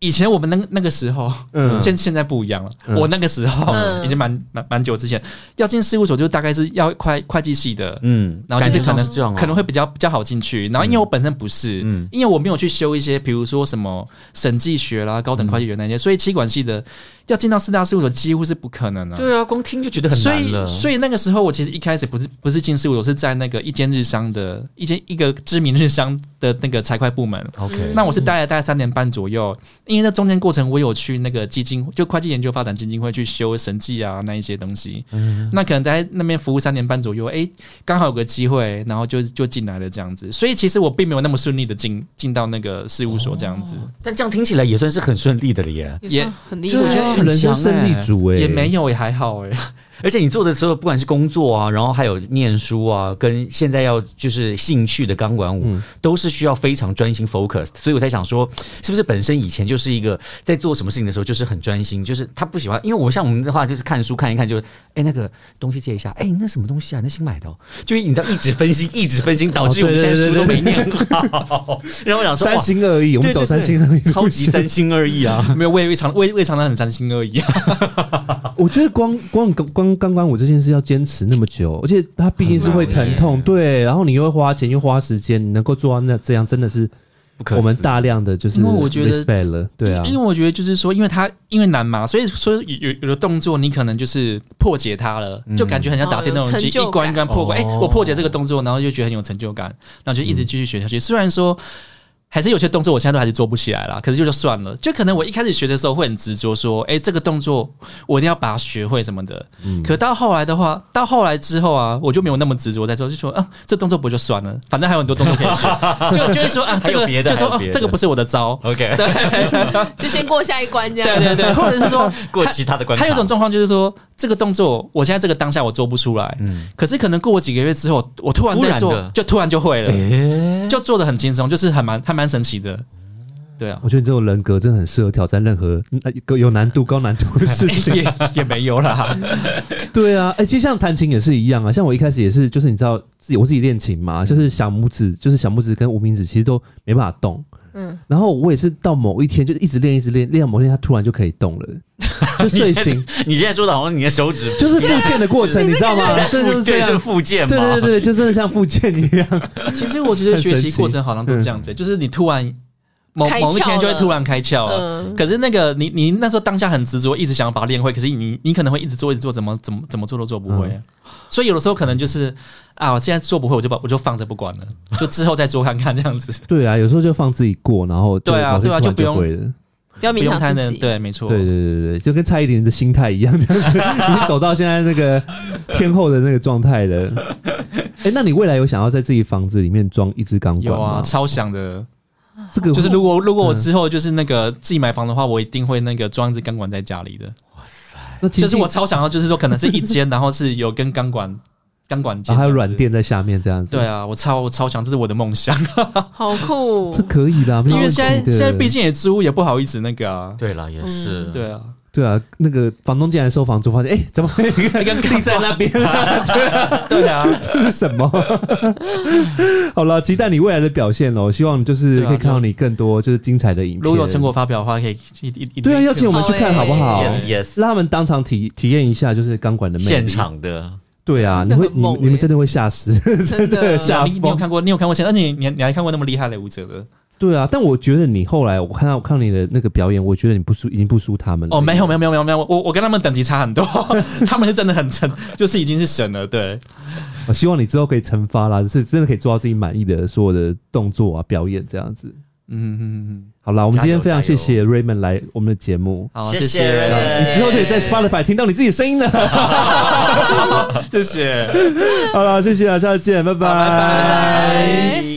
Speaker 4: 以前我们那个那个时候，
Speaker 2: 嗯
Speaker 4: 现现在不一样了。
Speaker 2: 嗯
Speaker 4: 我那个时候
Speaker 1: 嗯
Speaker 4: 已经蛮蛮蛮久之前，要进事务所就大概是要会会计系的，
Speaker 3: 嗯，
Speaker 4: 然后就是
Speaker 3: 感觉上
Speaker 4: 可能
Speaker 3: 是这样哦，
Speaker 4: 可能会比较比较好进去。然后因为我本身不是，
Speaker 3: 嗯
Speaker 4: 因为我没有去修一些，比如说什么审计学啦、高等会计学那些，所以气管系的要进到四大事务所几乎是不可能的、
Speaker 3: 对啊，光听就觉得很
Speaker 4: 所
Speaker 3: 难
Speaker 4: 以
Speaker 3: 了。，
Speaker 4: 所以那个时候，我其实一开始不是不是进事务所，是在那个一间日商的一间一个知名日商的那个财会部门。
Speaker 2: 嗯
Speaker 3: OK，
Speaker 4: 那我是待了大概三年半左右，因为在中间过程，我有去那个基金，就会计研究发展基金会去修审计啊那一些东西。那可能待在那边服务三年半左右，诶，刚好有个机会，然后就就进来了这样子。所以其实我并没有那么顺利的进进到那个事务所这样子，
Speaker 3: 但这样听起来也算是很顺利的了
Speaker 2: 嗯
Speaker 3: 耶。
Speaker 1: 也 算 很
Speaker 4: 也
Speaker 1: 厉
Speaker 3: 对我觉得
Speaker 1: 害，
Speaker 3: 很
Speaker 2: 人生
Speaker 3: 强
Speaker 2: 胜利
Speaker 3: 欸
Speaker 2: 组哎，
Speaker 4: 也没有也还好诶。
Speaker 3: 而且你做的时候，不管是工作啊，然后还有念书啊，跟现在要就是兴趣的钢管舞，
Speaker 2: 嗯
Speaker 3: 都是需要非常专心 focus。所以我才想说，是不是本身以前就是一个在做什么事情的时候就是很专心，就是他不喜欢，因为我像我们的话就是看书看一看就，哎那个东西借一下，哎那什么东西啊，那新买的、哦，就你知道一直分心，一直分心，导致
Speaker 2: 哦
Speaker 3: 我们现在
Speaker 2: 对对
Speaker 3: 书
Speaker 2: 对
Speaker 3: 都没
Speaker 2: 对
Speaker 3: 念好。 然后我想说，
Speaker 2: 三
Speaker 3: 哇，
Speaker 2: 心二意，我们
Speaker 3: 对
Speaker 2: 走
Speaker 3: 对
Speaker 2: 三
Speaker 3: 对
Speaker 2: 心二意，
Speaker 3: 超级三。心二意啊！
Speaker 4: 没有未未尝未未尝到很伤心而已。
Speaker 2: 我觉得光光光钢管舞这件事要坚持那么久，而且它毕竟是会疼痛，对，然后你又会花钱又花时间，你能够做到那这样，真的是
Speaker 3: 不可
Speaker 2: 我们
Speaker 3: 思议
Speaker 2: 大量的就是
Speaker 4: 因为我觉得
Speaker 2: respect 了，对啊
Speaker 4: 因，为我觉得就是说，因为它因为难嘛，所以说有有有的动作你可能就是破解它了，
Speaker 3: 嗯
Speaker 4: 就感觉很像打电动
Speaker 1: 哦有
Speaker 4: 游戏，
Speaker 1: 成就
Speaker 4: 一关一关破关。哎、
Speaker 3: 感
Speaker 4: 我破解这个动作，然后就觉得很有成就感，然后就一直继续学下去。虽然说。还是有些动作我现在都还是做不起来啦，可是就就算了。就可能我一开始学的时候会很执着，说，哎、这个动作我一定要把它学会什么的。
Speaker 3: 嗯
Speaker 4: 可到后来的话，到后来之后啊，我就没有那么执着在做，就说啊，这动作不就算了，反正还有很多动作可以学， 就就会说啊，这
Speaker 3: 还有
Speaker 4: 个
Speaker 3: 别的
Speaker 4: 就说
Speaker 3: 还有
Speaker 4: 哦
Speaker 3: 别，的
Speaker 4: 这个不是我的招，
Speaker 3: OK，
Speaker 1: 就先过下一关这样。
Speaker 4: 对对对，或者是说
Speaker 3: 过其他的关卡，
Speaker 4: 还有一种状况就是说，这个动作我现在这个当下我做不出来，
Speaker 3: 嗯
Speaker 4: 可是可能过几个月之后，我突然哎
Speaker 3: 突
Speaker 4: 在
Speaker 3: 然
Speaker 4: 做，
Speaker 3: 的
Speaker 4: 就突然就会了，
Speaker 3: 诶
Speaker 4: 就做的很轻松，就是还蛮还蛮神奇的。对啊，
Speaker 2: 我觉得你这种人格真的很适合挑战任何那有难度、高难度的事情。
Speaker 4: 也也没有啦，
Speaker 2: 对啊，哎、其实像弹琴也是一样啊。像我一开始也是，就是你知道自己我自己练琴嘛，就是小拇指，就是小拇指跟无名指其实都没办法动。
Speaker 1: 嗯，
Speaker 2: 然后我也是到某一天就一直练，一直练，练到某一天它突然就可以动了，就睡醒，
Speaker 3: 你现在说的好像你的手指
Speaker 2: 就是复健的过程，你知道吗
Speaker 3: 在？
Speaker 2: 这就是
Speaker 3: 附
Speaker 2: 这
Speaker 3: 对是
Speaker 2: 样。
Speaker 3: 附件嘛？
Speaker 2: 对对对对，就真的像复健一样。
Speaker 4: 哦其实我觉得学习过程好像都这样子、就是你突然某
Speaker 1: 开窍了
Speaker 4: 某一天就会突然开窍了。
Speaker 1: 嗯，
Speaker 4: 可是那个你你那时候当下很执着，一直想要把它练会，可是你你可能会一直做一直做，怎么怎么怎么做都做不
Speaker 2: 嗯
Speaker 4: 会、所以有的时候可能就是啊，我现在做不会，我就把我就放着不管了，就之后再做看看这样子。
Speaker 2: 对啊，有时候就放自己过，然后就
Speaker 4: 对啊
Speaker 2: 老师
Speaker 4: 对啊
Speaker 2: 突然
Speaker 4: 就不用
Speaker 2: 会了。
Speaker 1: 不要
Speaker 4: 不
Speaker 1: 勉
Speaker 4: 用太
Speaker 1: 强自
Speaker 4: 能
Speaker 1: 己。
Speaker 4: 对，没错，
Speaker 2: 对对对对，就跟蔡依林的心态一样，这样子已经走到现在那个天后的那个状态 了。哎、那你未来有想要在自己房子里面装一支钢管
Speaker 4: 有啊，
Speaker 2: 吗？
Speaker 4: 超想的。
Speaker 2: 这个
Speaker 4: 就是如果如果我
Speaker 2: 嗯
Speaker 4: 之后就是那个自己买房的话，我一定会那个装一支钢管在家里的。
Speaker 2: 那
Speaker 4: 就是我
Speaker 2: 啊、
Speaker 4: 超想要，就是说可能是一间，然后是有跟钢管 钢管接，
Speaker 2: 啊然后还有软。垫在下面这样子，
Speaker 4: 对，啊，我超我超想，这是我的梦想。
Speaker 1: 好酷
Speaker 2: 这！可以啦，没 有
Speaker 4: 因为
Speaker 2: 问题
Speaker 4: 现在
Speaker 2: 的
Speaker 4: 现在毕竟也租，也不好意思那个啊。
Speaker 3: 对了，也是、
Speaker 1: 嗯
Speaker 4: 对啊，
Speaker 2: 对啊，那个房东进来收房租，发现哎、怎么会
Speaker 4: 那个
Speaker 2: 立在那边、啊？
Speaker 4: 对啊，
Speaker 2: 这是什么？ 好了，期待你未来的表现哦喽！希望就是
Speaker 4: 对啊
Speaker 2: 可以看到你更多就是精彩的影片。
Speaker 4: 如果有成果发欸表的话，可以一一一
Speaker 2: 对啊，邀请我们去看好不好
Speaker 1: 好？
Speaker 3: y e s
Speaker 2: 让他们当场体体验一下就是钢管的
Speaker 3: yes，
Speaker 2: 魅力。
Speaker 3: 现场的
Speaker 2: 对啊，你
Speaker 1: 真的
Speaker 2: 会
Speaker 1: 很
Speaker 2: 你
Speaker 1: 猛欸
Speaker 2: 你们真的会吓死，
Speaker 1: 真的啊
Speaker 2: 的吓
Speaker 4: 啊你你有
Speaker 2: 疯。
Speaker 4: 看过你有看过现在，而且你你你还看过那么厉害的舞者的？
Speaker 2: 对啊，但我觉得你后来我看到我看到你的那个表演，我觉得你不输已经不输他们了。
Speaker 4: 哦，没有没有没有没有没有，我我跟他们等级差很 多，他们是真的很神，就是已经是神了。对，
Speaker 2: 我希望你之后可以惩罚啦，就是真的可以做到自己满意的所有的动作啊、表演这样子。
Speaker 4: 嗯嗯嗯嗯，
Speaker 2: 好啦，我们今天非
Speaker 3: 加
Speaker 2: 常
Speaker 3: 油
Speaker 2: 谢谢 Raymond 来我们的节目，
Speaker 4: 好，
Speaker 3: 谢
Speaker 4: 谢
Speaker 3: 谢
Speaker 4: 谢，
Speaker 2: 你之后可以在 Spotify 听到你自己的声 音的。
Speaker 4: 谢谢，
Speaker 2: 好了，谢谢啊，下次见，拜
Speaker 4: 好拜
Speaker 2: 拜
Speaker 4: 拜。